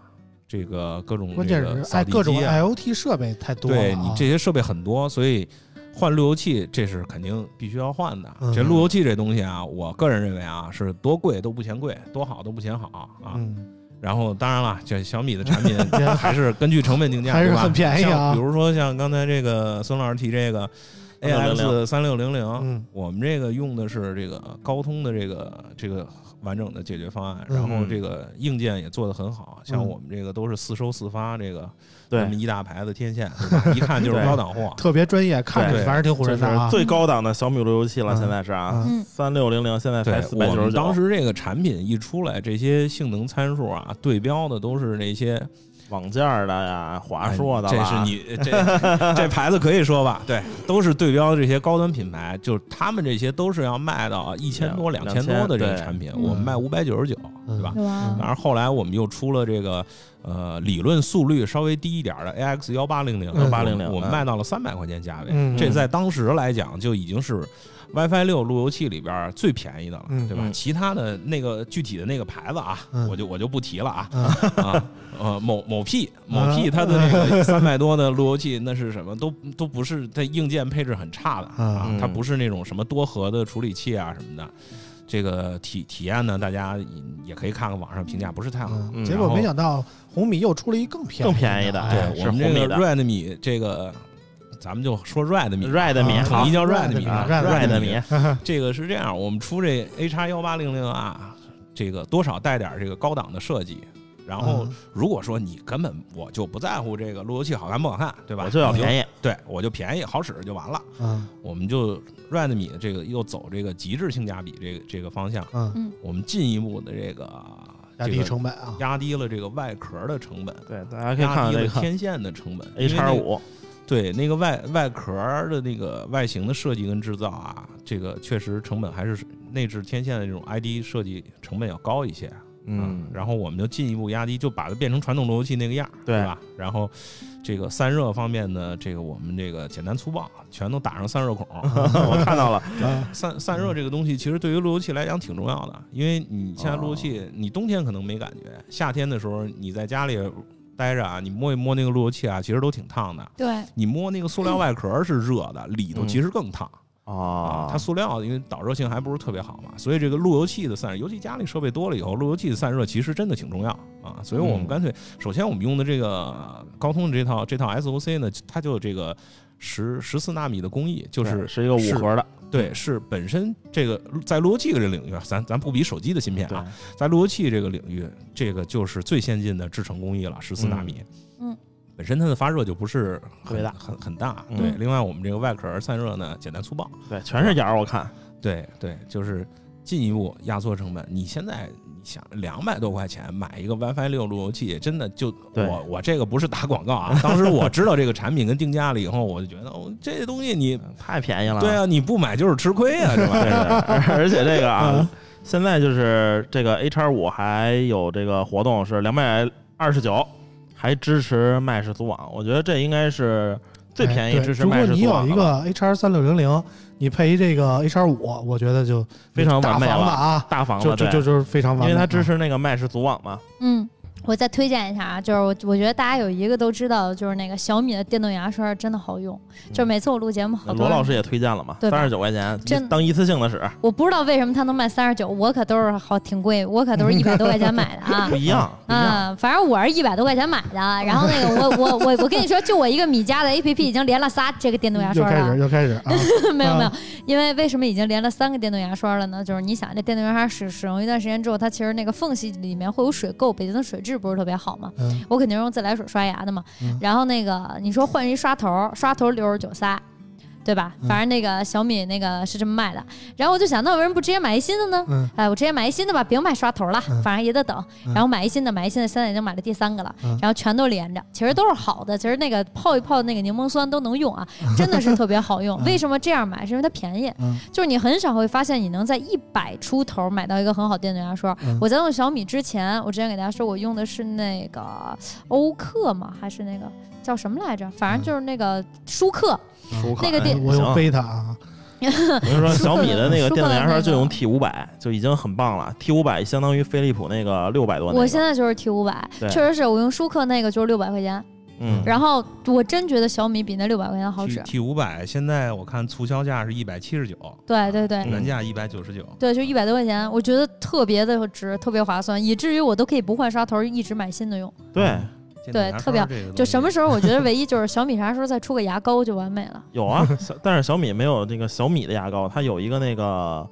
E: 这个各种
D: 关
E: 这
D: 键
E: 个
D: 是
E: 扫
D: 哎，
E: 地
D: 各种
E: 机啊
D: IoT 设备太多了啊。
E: 对你这些设备很多，所以换路由器这是肯定必须要换的。
D: 嗯
E: 这路由器这东西啊，我个人认为啊，是多贵都不嫌贵，多好都不嫌好啊。
D: 嗯，
E: 然后当然了，这小米 的产品还是根据成本定价，
D: 还是
E: 对吧
D: 很便宜啊
E: 像比如说像刚才这个孙老师提这个 AX 三六零零
D: 嗯，
E: 我们这个用的是这个高通的这个这个完整的解决方案，
D: 嗯
E: 然后这个硬件也做得很好，啊像
D: 嗯
E: 我们这个都是四收四发这个
C: 对
E: 这么一大牌子天线，对吧一看就是高档货。
D: 特别专业，看着
E: 对
D: 反正挺唬
C: 这
D: 人的
C: 是
D: 啊。
C: 最高档的小米路由器了，
D: 嗯
C: 现在是啊
D: 嗯，
C: 三六零零现在才
E: 对
C: 四百
E: 我
C: 九十
E: 们
C: 九。
E: 当时这个产品一出来，这些性能参数啊，对标的都是那些哎
C: 网件儿的呀、华硕的
E: 这
C: 啦，
E: 是你这这牌子可以说吧？对，都是对标这些高端品牌，就是他们这些都是要卖到一千多、两
C: 两
E: 千多的这个
C: 2000
E: 产品，
B: 对
E: 我们卖五百九十九，
D: 嗯
E: 对吧？当
B: 哇，
E: 然，后来我们又出了这个呃理论速率稍微低一点的 AX 幺八零零
D: 嗯
C: 1800
E: 我们卖到了三百块钱价位，
D: 嗯
E: 这在当时来讲就已经是 WiFi 六路由器里边最便宜的了，
D: 嗯
E: 对吧？
C: 嗯
E: 其他的那个具体的那个牌子啊，
D: 嗯
E: 我就我就不提了啊，
D: 嗯
E: 啊，呃，某某 P 某 P 它的那个三百多的路由器，那是什么？都都不是它硬件配置很差的啊
C: 嗯，
E: 它不是那种什么多核的处理器啊什么的。这个体体验呢，大家也也可以看看网上评价，不是太好。
D: 嗯，
C: 嗯
D: 结
E: 然
D: 果
E: 后
D: 没想到红米又出了一更便宜
C: 更便宜的
D: 哎
C: 哎
E: 对我们
C: 是红
E: 这
C: 米
E: 个
C: 的
E: Redmi 这个，咱们就说 Redmi，
C: Red 米
D: 啊
E: 统
C: 好
E: 一叫
D: Redmi，
E: Redmi，
C: 呃啊
D: Redmi
C: ，Red 米，
E: 这个是这样，我们出这 A x 幺八零零啊，这个多少带点这个高档的设计。然后
D: 嗯，
E: 如果说你根本我就不在乎这个路由器好看不好看，对吧？
C: 我就要
E: 宜，
C: 便宜，
E: 对我就便宜，好使就完了。
D: 嗯
E: 我们就 Redmi 这个又走这个极致性价比这个这个方向，
D: 嗯，
E: 我们进一步的这个
D: 压低，
E: 这个
D: 成本啊，
E: 压低了这个外壳的成本，
C: 对，大家可以看
E: 压
C: 看
E: 低
C: 这
E: 了
C: 个
E: 天线的成本。
C: A
E: 因为那
C: 叉
E: 个
C: 五，
E: 对那个外外壳儿的那个外形的设计跟制造啊，这个确实成本还是内置天线的这种 ID 设计成本要高一些。啊
C: 嗯，
E: 然后我们就进一步压低，就把它变成传统路由器那个样儿，
C: 对
E: 对吧？然后这个散热方面呢，这个我们这个简单粗暴，全都打上散热孔。
C: 我看到了，
D: 嗯
E: 散散热这个东西，其实对于路由器来讲挺重要的，因为你现在路由
C: 哦
E: 器，你冬天可能没感觉，夏天的时候你在家里待着啊，你摸一摸那个路由器啊，其实都挺烫的。
B: 对，
E: 你摸那个
C: 嗯
E: 塑料外壳是热的，里头其实更烫
C: 哦，
E: 啊它塑料因为导热性还不是特别好嘛，所以这个路由器的散热，尤其家里设备多了以后，路由器的散热其实真的挺重要啊。所以我们
C: 嗯
E: 干脆，首先我们用的这个高通的这套这套 SOC 呢，它就有这个十十四纳米的工艺，就
C: 对
E: 是
C: 是一个五核的，
E: 对，是本身这个在路由器这个领域，啊，咱咱不比手机的芯片
C: 对
E: 啊，在路由器这个领域，这个就是最先进的制程工艺了，十四纳米。
B: 嗯嗯
E: 本身它的发热就不是
C: 特别
E: 很
C: 大
E: 很很大。
C: 嗯
E: 对，另外我们这个外壳散热呢，简单粗暴。
C: 对，全是眼儿，我看，
E: 对对，就是进一步压缩成本。你现在你想两百多块钱买一个 WiFi 六路由器，真的就
C: 对
E: 我我这个不是打广告啊，当时我知道这个产品跟定价了以后，我就觉得哦，这东西你。
C: 太便宜了，
E: 对啊，你不买就是吃亏啊，是吧？
C: 对，而而且这个
D: 嗯
C: 啊，现在就是这个 A 叉五还有这个活动是两百二十九，还支持麦氏组网，我觉得这应该是最便
D: 哎
C: 宜
D: 对
C: 支持麦氏
D: 如
C: 组
D: 果
C: 网
D: 你有
C: 的
D: 一
C: 了，
D: 个 HR 三六零零，你配一这个 HR 五，我觉得就
C: 非常
D: 大
C: 完美
D: 房子
C: 了，
D: 啊，
C: 大房
D: 就
C: 子，
D: 就
C: 对
D: 就就是非常完啊
C: 因
D: 美，
C: 为它支持那个麦氏组网嘛，
B: 嗯，我再推荐一下啊，就是我我觉得大家有一个都知道，就是那个小米的电动牙刷真的好用，就是每次我录节目，
C: 嗯
B: 好多
C: 哎罗老
B: 人
C: 师也推荐了嘛，
B: 对吧
C: 三十九块钱
B: 真
C: 当一次性的使，
D: 嗯
B: 我不知道为什么它能卖三十九，我可都是好挺贵，我可都是一百多块钱买的啊
C: 不。一样，不一样，
B: 啊，反正我是一百多块钱买的，然后那个我我我我跟你说，就我一个米家的 A P P 已经连了仨这个电动牙
D: 又
B: 刷
D: 开
B: 了
D: 始，又开始
B: 嗯
D: 啊，
B: 没有没有
D: 啊，
B: 因为为什么已经连了三个电动牙刷了呢？就是你想，这电动牙刷使使用一段时间之后，它其实那个缝隙里面会有水垢，北京的水质不是特别好嘛。
D: 嗯
B: 我肯定是用自来水刷牙的嘛。
D: 嗯
B: 然后那个你说换一刷头，刷头六十九仨，对吧？
D: 嗯
B: 反正那个小米那个是这么卖的。然后我就想，那我为什么不直接买一新的呢？
D: 嗯
B: 哎，我直接买一新的吧，别买刷头了，
D: 嗯
B: 反正也得等。
D: 嗯
B: 然后买一新的，买一新的，现在已经买了第三个了，
D: 嗯
B: 然后全都连着，其实都是好的。其实那个泡一泡那个柠檬酸都能用啊，真的是特别好用。
D: 嗯
B: 为什么这样买？是因为它便宜，
D: 嗯
B: 就是你很少会发现你能在一百出头买到一个很好的电动牙刷。
D: 嗯
B: 我在用小米之前，我之前给大家说我用的是那个欧克嘛，还是那个叫什么来着？反正就是那个舒克。
C: 舒克
B: 那个
C: 嗯哎
B: 电
D: 嗯我
C: 行
D: 用贝塔 啊，
C: 我
D: 嗯
C: 跟你说，小米的那个
B: 舒克
C: 电动牙
B: 那
C: 刷
B: 个
C: 就用 T 五百，就已经很棒了。T 五百相当于飞利浦那个六百多那个。
B: 我现在就是 T 五百，
C: 对
B: 确实是我用舒克那个就是六百块钱，
C: 嗯，
B: 然后我真觉得小米比那六百块钱好
E: T
B: 使。
E: T 五百现在我看促销价是一百七十九，
B: 对对对。
C: 嗯
E: 原价一百九十九。
B: 对，就一百多块钱，我觉得特别的值，特别划算，以至于我都可以不换刷头，一直买新的用。
C: 对，
B: 对特别好就什么
E: 时
B: 时候，我觉得唯一就是小米啥时候再出个牙膏就完美了。
C: 有 啊，小但是小米没有那个小米的牙膏，它有一个那个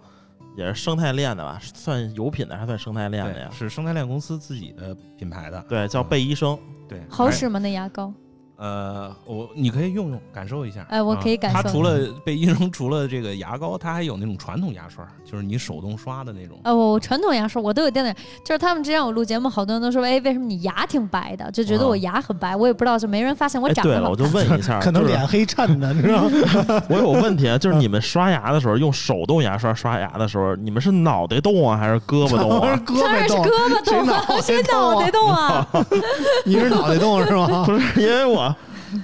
C: 也是生态链的吧，算油品的还是算生态链的呀
E: 对，？是生态链公司自己的品牌的，
C: 对，叫贝医生，
E: 对，
B: 好
E: 哎
B: 使吗？那牙膏？
E: 呃，我你可以用用，感受一下。
B: 哎我
E: 啊
B: 可以感
E: 它
B: 受
E: 除了 被医生，除了这个牙膏，它还有那种传统牙刷，就是你手动刷的 那种。
B: 呃，我我传统牙刷我都有电动牙，就是他们之前我录节目，好多人都说，哎，为什么你牙挺白的？就觉得我牙很白，我也不知道，就没人发现我
C: 哎，
B: 长
C: 对
B: 得
C: 了，
B: 好
C: 我就 问一下，
D: 可能
C: 就是
D: 脸黑衬的，你知道吗？
C: 我有问题啊，就是你们刷牙的时候用手动牙刷刷牙的时候，你们是脑袋动啊，还是胳膊动
D: 我是
C: 啊？
D: 胳
B: 当
D: 膊
B: 然是
D: 动，
B: 胳膊
D: 谁
B: 动
D: 脑
B: 啊， 谁
D: 袋动啊
B: 脑袋动啊？
D: 你是脑袋动是吗？嗯
C: 不是，因为我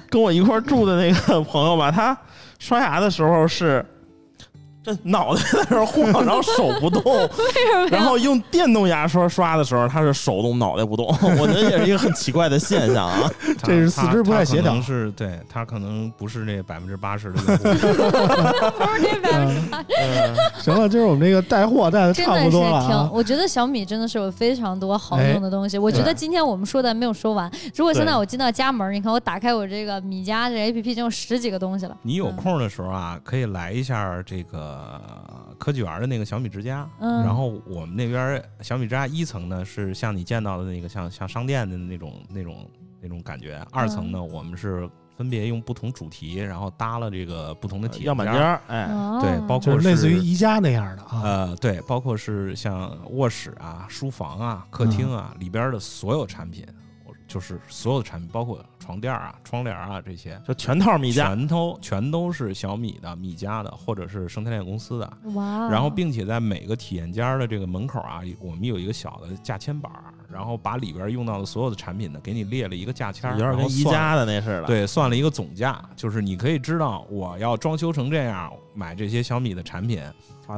C: 跟我一块儿住的那个朋友吧，他刷牙的时候是这脑袋在那儿晃，然后手不动， 然后用电动牙刷刷的时候，他是手动脑袋不 动，我觉得也是一个很奇怪的现象 啊。
E: 它
D: 这是四肢不太协调
E: 它可能是对它啊可能不是那百分之八十的用户。
B: 不是这边
D: 嗯行了，今儿我们这个带货带的
B: 真
D: 差
B: 的
D: 不
B: 是
D: 多了啊
B: 挺，。我觉得小米真的是有非常多好用的东西。我觉得今天我们说的没有说完。如果现在我进到家门，你看我打开我这个米家这 APP，已经有十几个东西了。
E: 你有空的时候啊，可以来一下这个科技园的那个小米之家。
B: 嗯，
E: 然后我们那边小米之家一层呢是像你见到的那个像像商店的那种那种那种感觉，二层呢我们是分别用不同主题，然后搭了这个不同的体
C: 样板
E: 验
C: 间儿，哎，
B: 哦
E: 对，包
D: 就
E: 括
D: 是类似于
E: 是
D: 宜家那样的啊，
C: 嗯
E: 呃，对，包括是像卧室啊、书房啊、客厅啊、里边的所有产品，我就是所有的产品，包括床垫啊、窗帘啊这些，
C: 就全套米家，
E: 全都全都是小米的、米家的，或者是生态链公司
B: 啊
E: 的。
B: 哇，哦
E: 然后，并且在每个体验间儿的这个门口啊，我们有一个小的价签板儿，然后把里边用到的所有的产品呢，给你列了一个价签儿，
C: 有点
E: 然后
C: 跟宜
E: 算
C: 家的那似的。，
E: 对，算了一个总价，就是你可以知道我要装修成这样，买这些小米的产品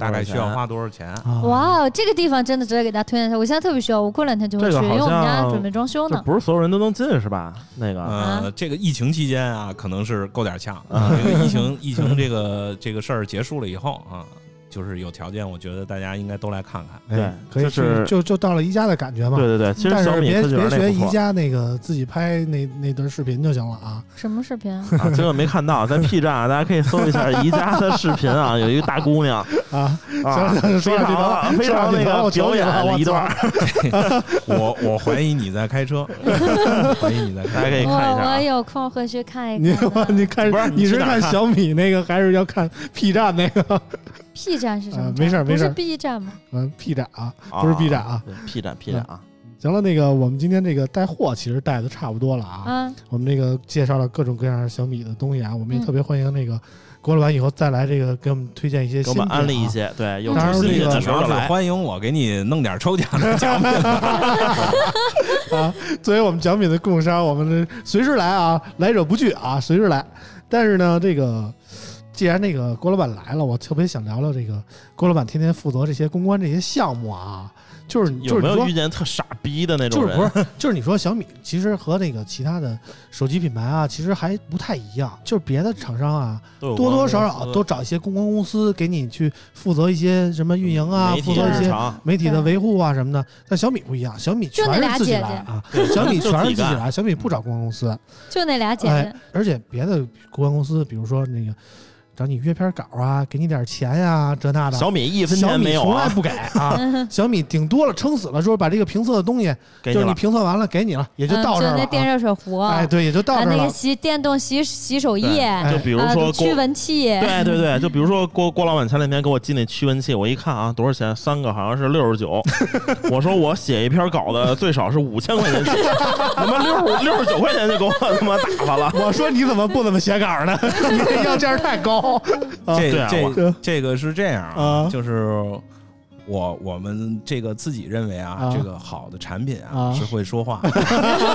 E: 大概需要。花多少钱。
D: 啊，
B: 哇，这个地方真的值得给大家推荐一下。我现在特别需要，我过两天就会
C: 这
B: 去，
C: 个
B: 因
C: 好
B: 为我们家
C: 像
B: 准备装修
C: 就
B: 呢。
C: 不是所有人都能进是吧？那个，
E: 呃
B: 啊，
E: 这个疫情期间啊，可能是够点呛。
C: 啊
E: 这个疫情疫情这个这个事儿结束了以后啊，就是有条件，我觉得大家应该都来看看。
D: 哎
C: 对
D: 可以
C: 就
D: 去
C: 是
D: 就就到了宜家的感觉嘛
C: 对。对对，其实
D: 但
C: 小
D: 是
C: 米
D: 别
C: 科技
D: 别
C: 园
D: 学
C: 那不
D: 宜
C: 错
D: 家那个自己拍那那段视频就行了啊。
B: 什么视频啊？
C: 啊，这个没看到，在 P 站啊，大家可以搜一下宜家的视频 啊，有一个大姑娘
D: 啊，
C: 啊，
D: 行了说
C: 非
D: 两句吧
C: 常非
D: 说两
C: 常
D: 句
C: 那
D: 吧
C: 个
D: 我求
C: 表
D: 你
C: 演
D: 了我
C: 了一
D: 操
C: 段儿，
E: 我我怀疑你在开车， 怀疑你在
C: 大家
E: 开
C: 可
E: 车。嗯
C: 以看一
B: 我哎我
C: 下啊。
B: 有空会去看一
D: 你
B: 看呃 的。
D: 你看
C: 不是
D: 你
C: 你
D: 是
C: 去哪儿
D: 看
C: 看
D: 小米那个还是要看 P 站那个？
B: P 站是什么
D: 啊
B: 站？
D: 没事儿没事儿
B: 不是 B 站吗？
D: 嗯，P 站啊，不是 B 站啊。
C: 对，P 站 P 站啊，
D: 行了，那个我们今天这个带货其实带的差不多了啊。
B: 啊，
D: 我们这个介绍了各种各样小米的东西啊，我们也
B: 嗯
D: 特别欢迎那个郭老板以后再来这个给我们推荐一些
C: 给
D: 新
C: 我
D: 品、
C: 们
D: 啊，
C: 安利一。些，对，有
D: 当然
C: 出新
D: 这
C: 品
D: 个
C: 的
E: 你
C: 时候
E: 要
C: 就是来。
E: 欢迎我，给你弄点抽奖的奖品。
D: 啊，作为我们奖品的供应商，我们随时来啊，来者不拒啊，随时来。但是呢，这个既然那个郭老板来了，我特别想聊聊这个郭老板天天负责这些公关这些项目啊，就是
C: 有
D: 就是你
C: 没有
D: 说
C: 遇。见特傻逼的那种
D: 就是
C: 人？
D: 不是， 就是你说小米其实和那个其他的手机品牌啊，其实还不太一样。就是别的厂商啊，
C: 都有
D: 多多少
C: 公
D: 少
C: 关
D: 都
C: 公司
D: 找一些公关公司给你去负责一些什么运营啊，
C: 媒体
D: 负责一
C: 日
D: 些
C: 常
D: 媒体的维护啊什么的。但小米不一样，小米全
B: 就那俩
D: 是自己
B: 姐姐
D: 来 啊，
C: 对
D: 小米
C: 就
D: 全是
C: 自己
D: 自己嗯
C: 干
D: 来，小米不找公关公司。
B: 就那俩姐
D: 哎
B: 姐。，
D: 而且别的公关公司，比如说那个找你约篇稿啊，给你点钱呀、这那的。
C: 小米一分
D: 小
C: 钱
D: 米
C: 没有
D: 从来
C: 啊，
D: 不给 啊，小米顶多了撑死了，说把这个评测的东西，
C: 给
D: 就是
C: 了
D: 你。评测完了给你了，也就
B: 嗯
D: 到这儿了
B: 就那电
D: 啊。
B: 热水壶，
D: 哎，对，也就到
B: 啊，
D: 这儿
B: 那个
D: 了。
B: 洗电动洗洗手
C: 对
B: 液，
D: 哎
C: 就比如说
B: 啊，驱
C: 郭，
B: 蚊器，
C: 对对对，就比如说郭郭老板前两天给我寄那驱蚊器，我一看啊，多少钱？三个好像是六 十九。我说我写一篇稿子最少是五千块钱起， 他妈六六十九块钱就给我他妈打发了。
D: 我说你怎么不怎么写稿 呢？你这 要价太高。啊
C: 对
E: 这
C: 啊
E: 这
D: 我
E: 这个是这样啊
D: 啊，
E: 就是我我们这个自己认为啊
D: 啊，
E: 这个好的产品啊
D: 啊
E: 是会说 话，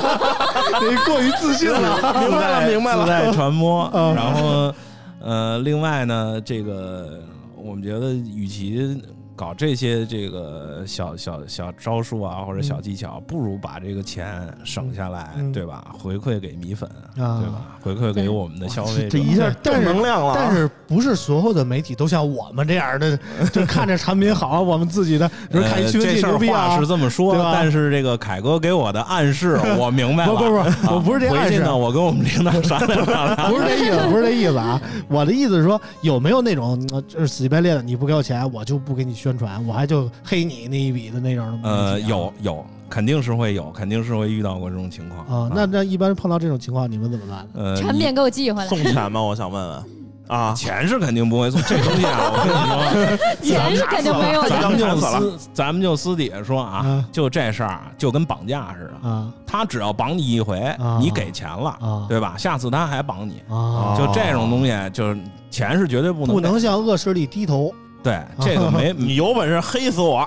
D: 你过于自信哦了。
C: 明白了，明白
E: 自
C: 了。
E: 带传播。
D: 嗯
E: 然后呃，另外呢，这个我们觉得，与其搞这些这个小小小招数啊，或者小技巧，不如把这个钱省下来，
D: 嗯
E: 对吧？回馈给米粉，
D: 啊
E: 对吧？回馈给我们的消费者哎
C: 这。一下正能量了啊，
D: 但是不是所有的媒体都像我们这样 的，就看着产品好，我们自己的，比如
E: 呃
D: 看一新闻
E: 这
D: 记
E: 事
D: 牛
E: 儿
D: 逼
E: 话
D: 啊
E: 是。这么说
D: 对，吧
E: 但是这个凯哥给我的 暗示，我明白了。
D: 不不不，
E: 啊
D: 我不是这暗
E: 回去
D: 示，
E: 呢，我跟我们领导商量商量。
D: 不是这意 思，不是这意思啊！我的意思是说，有没有那种呃就是死乞白赖的，你不给我钱，我就不给你宣传，我还就黑你那一笔的那种的、
E: 呃，有有，肯定是会有，肯定是会遇到过这种情况
D: 啊，那那一般碰到这种情况，你们怎么办呢？
E: 呃，
B: 产品给我寄回来，
C: 送钱吗？我想问问
D: 嗯
C: 啊，
E: 钱是肯定不会送，这东西啊，我跟你说，
B: 钱是肯定 没 有
C: 咱
B: 的。
E: 咱
C: 砍
E: 们就
C: 死了
E: 私，咱们就私底下说啊
D: 嗯，
E: 就这事儿啊就跟绑架似的，
D: 啊
E: 他只要绑你一回，你给钱了，
D: 啊
E: 对吧？下次他还绑你，
D: 啊！
E: 就这种东西，就是钱是绝对不能
D: 不
E: 给
D: 能啊向恶势力低头
E: 对这 个没
C: 你有本事黑死我！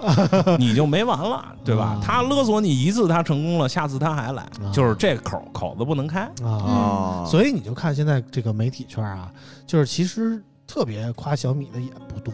E: 你就没完了，对吧
D: 啊？
E: 他勒索你一次，他成功了，下次他还来，就是这口口子不能开。
D: 啊！
C: 啊
D: 所以你就看现在这个媒体圈啊，就是其实特别夸小米的也不多，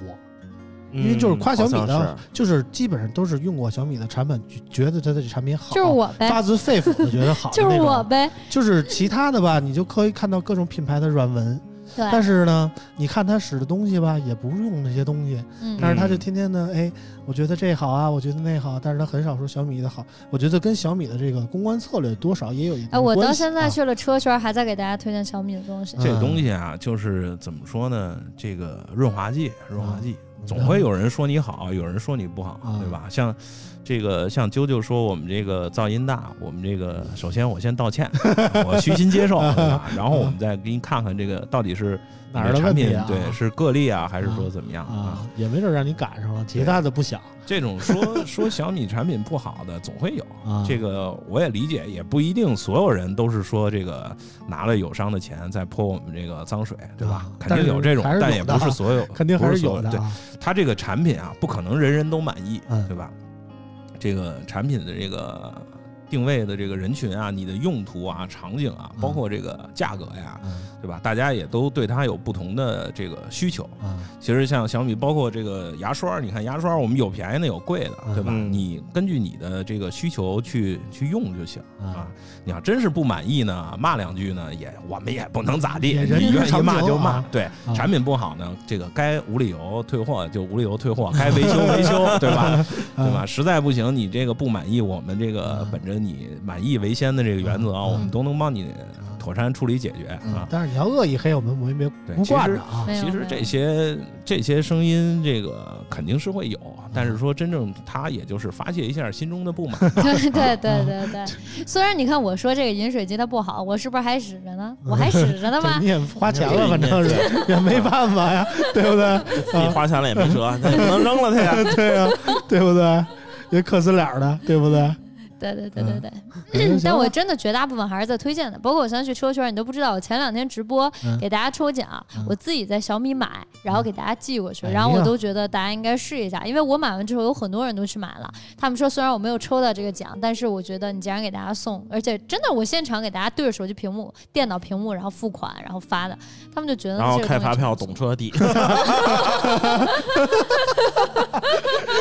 C: 嗯
D: 因为
E: 嗯
D: 就是夸小米的，啊就是基本上都是用过小米的产品，觉觉得它的产品好，
B: 就是我呗
D: 发，自肺腑的觉 得好的
B: 就
D: 那种，啊
B: 是我呗，
D: 就是其他的吧，你就可以看到各种品牌的软文，但
B: 对，
D: 是呢，你看他使的东西吧，也不用那些东西，
B: 嗯
D: 但是他就天天呢，哎，我觉得这好啊，我觉得那好，但是他很少说小米的好，我觉得跟小米的这个公关策略多少也有一定
B: 哎，
D: 的
B: 我到
D: 关系
B: 现在
D: 啊
B: 去了车圈，还在给大家推荐小米的东西。
D: 嗯
E: 这东西啊，就是怎么说呢？这个润滑剂，润滑剂，
D: 嗯
E: 总会有人说你好，有人说你不好，
D: 嗯
E: 对吧？像这个，像啾啾说我们这个噪音大，我们这个首先我先道 歉，我虚心接受，对吧？然后我们再给你看看这个到底是
D: 哪儿的问
E: 你
D: 题
E: 的
D: 啊？
E: 产品对，是个例啊，还是说
D: 嗯
E: 怎么样啊
D: 啊？，也没准让你赶上了，其他的不想
E: 这种说 说小米产品不好的总会有
D: 啊，
E: 这个我也理解，也不一定所有人都是说这个拿了友商的钱再泼我们这个脏水，对吧
D: 啊？
E: 肯定有这种
D: 但，是
E: 但
D: 还是
E: 也
D: 有的
E: 不
D: 啊
E: 是所有，
D: 肯定还
E: 不
D: 是
E: 是所
D: 有的
E: 对，
D: 啊，
E: 它这个产品啊，不可能人人都满意，
D: 嗯
E: 对吧？这个产品的这个定位的这个人群啊，你的用途啊、场景啊，
D: 嗯
E: 包括这个价格呀，
D: 嗯
E: 对吧？大家也都对它有不同的这个需求。
D: 嗯
E: 其实像小米，包括这个牙刷，你看牙刷，我们有便宜的，有贵的，对吧？
C: 嗯
E: 你根据你的这个需求去去用就行啊
D: 啊。
E: 你要真是不满意呢，骂两句呢，也我们也不能咋地，
D: 也人
E: 你
D: 之
E: 愿意
D: 常
E: 骂
D: 情
E: 就骂。
D: 啊
E: 对，产品不好呢，这个该无理由退货就无理由退货， 该维修维修，对吧？对吧？实在不行，你这个不满意，我们这个
D: 嗯
E: 本着你满意为先的这个原则啊，
D: 嗯
E: 我们都能帮你妥善处理解决啊
D: 嗯。但是你要恶意黑我们，我们也没
E: 对
D: 不
E: 其
D: 惯
E: 实
D: 着啊
B: 没有
E: 其实
B: 没
E: 这
B: 有
E: 些这些声音，这个肯定是会有，但是说真正他也就是发泄一下心中的不满。
B: 对对对对对，虽然你看我说这个饮水机它不好，我是不是还使着 呢？我还使着
D: 对
B: 呢吧
D: 你？也花钱了，反正是也没办法 呀，对不对？
C: 自己花钱了也没辙，那也不能扔了 它呀。
D: 对呀、对不对？也可死了的，对不对？
B: 对对对 对对。
D: 嗯
B: 但我真的绝大部分还是在推荐的，包括我现在去车圈，你都不知道。我前两天直播
D: 嗯
B: 给大家抽奖，
D: 嗯
B: 我自己在小米买，然后给大家寄过去，
D: 哎呀
B: 然后我都觉得大家应该试一下，因为我买完之后有很多人都去买了。他们说虽然我没有抽到这个奖，但是我觉得你既然给大家送，而且真的我现场给大家对着手机屏幕、电脑屏幕，然后付款，然后发的，他们就觉得
C: 然后
B: 这个
C: 开
B: 东西
C: 发票
B: 真
C: 懂车帝，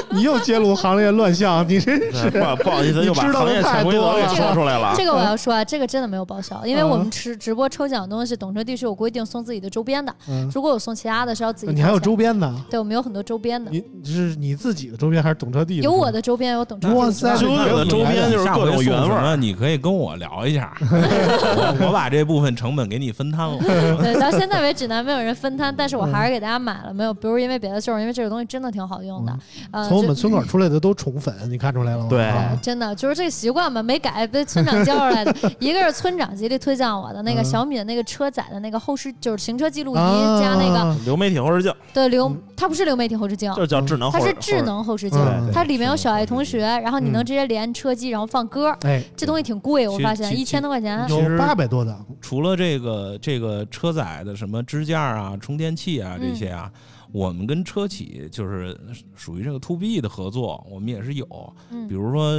D: 你又揭露行业乱 象，你这
C: 对不不好意思，又把
D: 你知道
C: 行
D: 的
C: 业
D: 太
C: 潜规
D: 多
C: 则
D: 了
C: 给说出来了。
B: 这个我
D: 嗯
B: 要说啊，这个真的没有报销，因为我们直直播抽奖的东西，懂车帝是有规定送自己的周边的，
D: 嗯，呃
B: 如果有送其他的是要自己。
D: 你还有周？边呢？
B: 对，我们有很多周边的，
D: 你是你自己的周边还是懂车帝的？
B: 有我的周边，有懂车帝 的
D: 哇
B: 周
D: 塞
B: 边。
C: 九九的周边就是各种原味儿，
E: 儿，你可以跟我聊一 下，我我把这部分成本给你分 摊了。
B: 对，到现在为止呢，没有人分摊，但是我
D: 嗯
B: 还是给大家买了，没有，不是因为别的，就是因为这个东西真的挺好用的。呃，
D: 嗯从我们
B: 就
D: 村口出来的都宠粉，你看出来了吗？
C: 对
D: 啊
B: 真的就是这个习惯吧，没改，被村长教出来的。一个是村长极力推荐我的那个
D: 嗯
B: 小米的那个车载的那个后视，就是行车记录仪
D: 啊
B: 加那个
C: 流媒体后视镜，
B: 对流
D: 嗯，
B: 它不是流媒体后视镜
C: 就，是叫智能
B: 它
C: 后
B: 是
C: 视，
B: 智能后视镜
D: 嗯对，
B: 它里面有小爱同学，然后你能
D: 嗯
B: 直接连车机，然后放歌。
D: 哎，
B: 这东西挺贵，我
E: 其
B: 发
E: 实
B: 现
E: 其
B: 一千多块钱。
E: 其实
D: 有八百多的，
E: 除了这个这个车载的什么支架啊、充电器啊这些
C: 嗯
E: 啊，我们跟车企就是属于这个 to B 的合作，我们也是有。比
B: 嗯，
E: 如说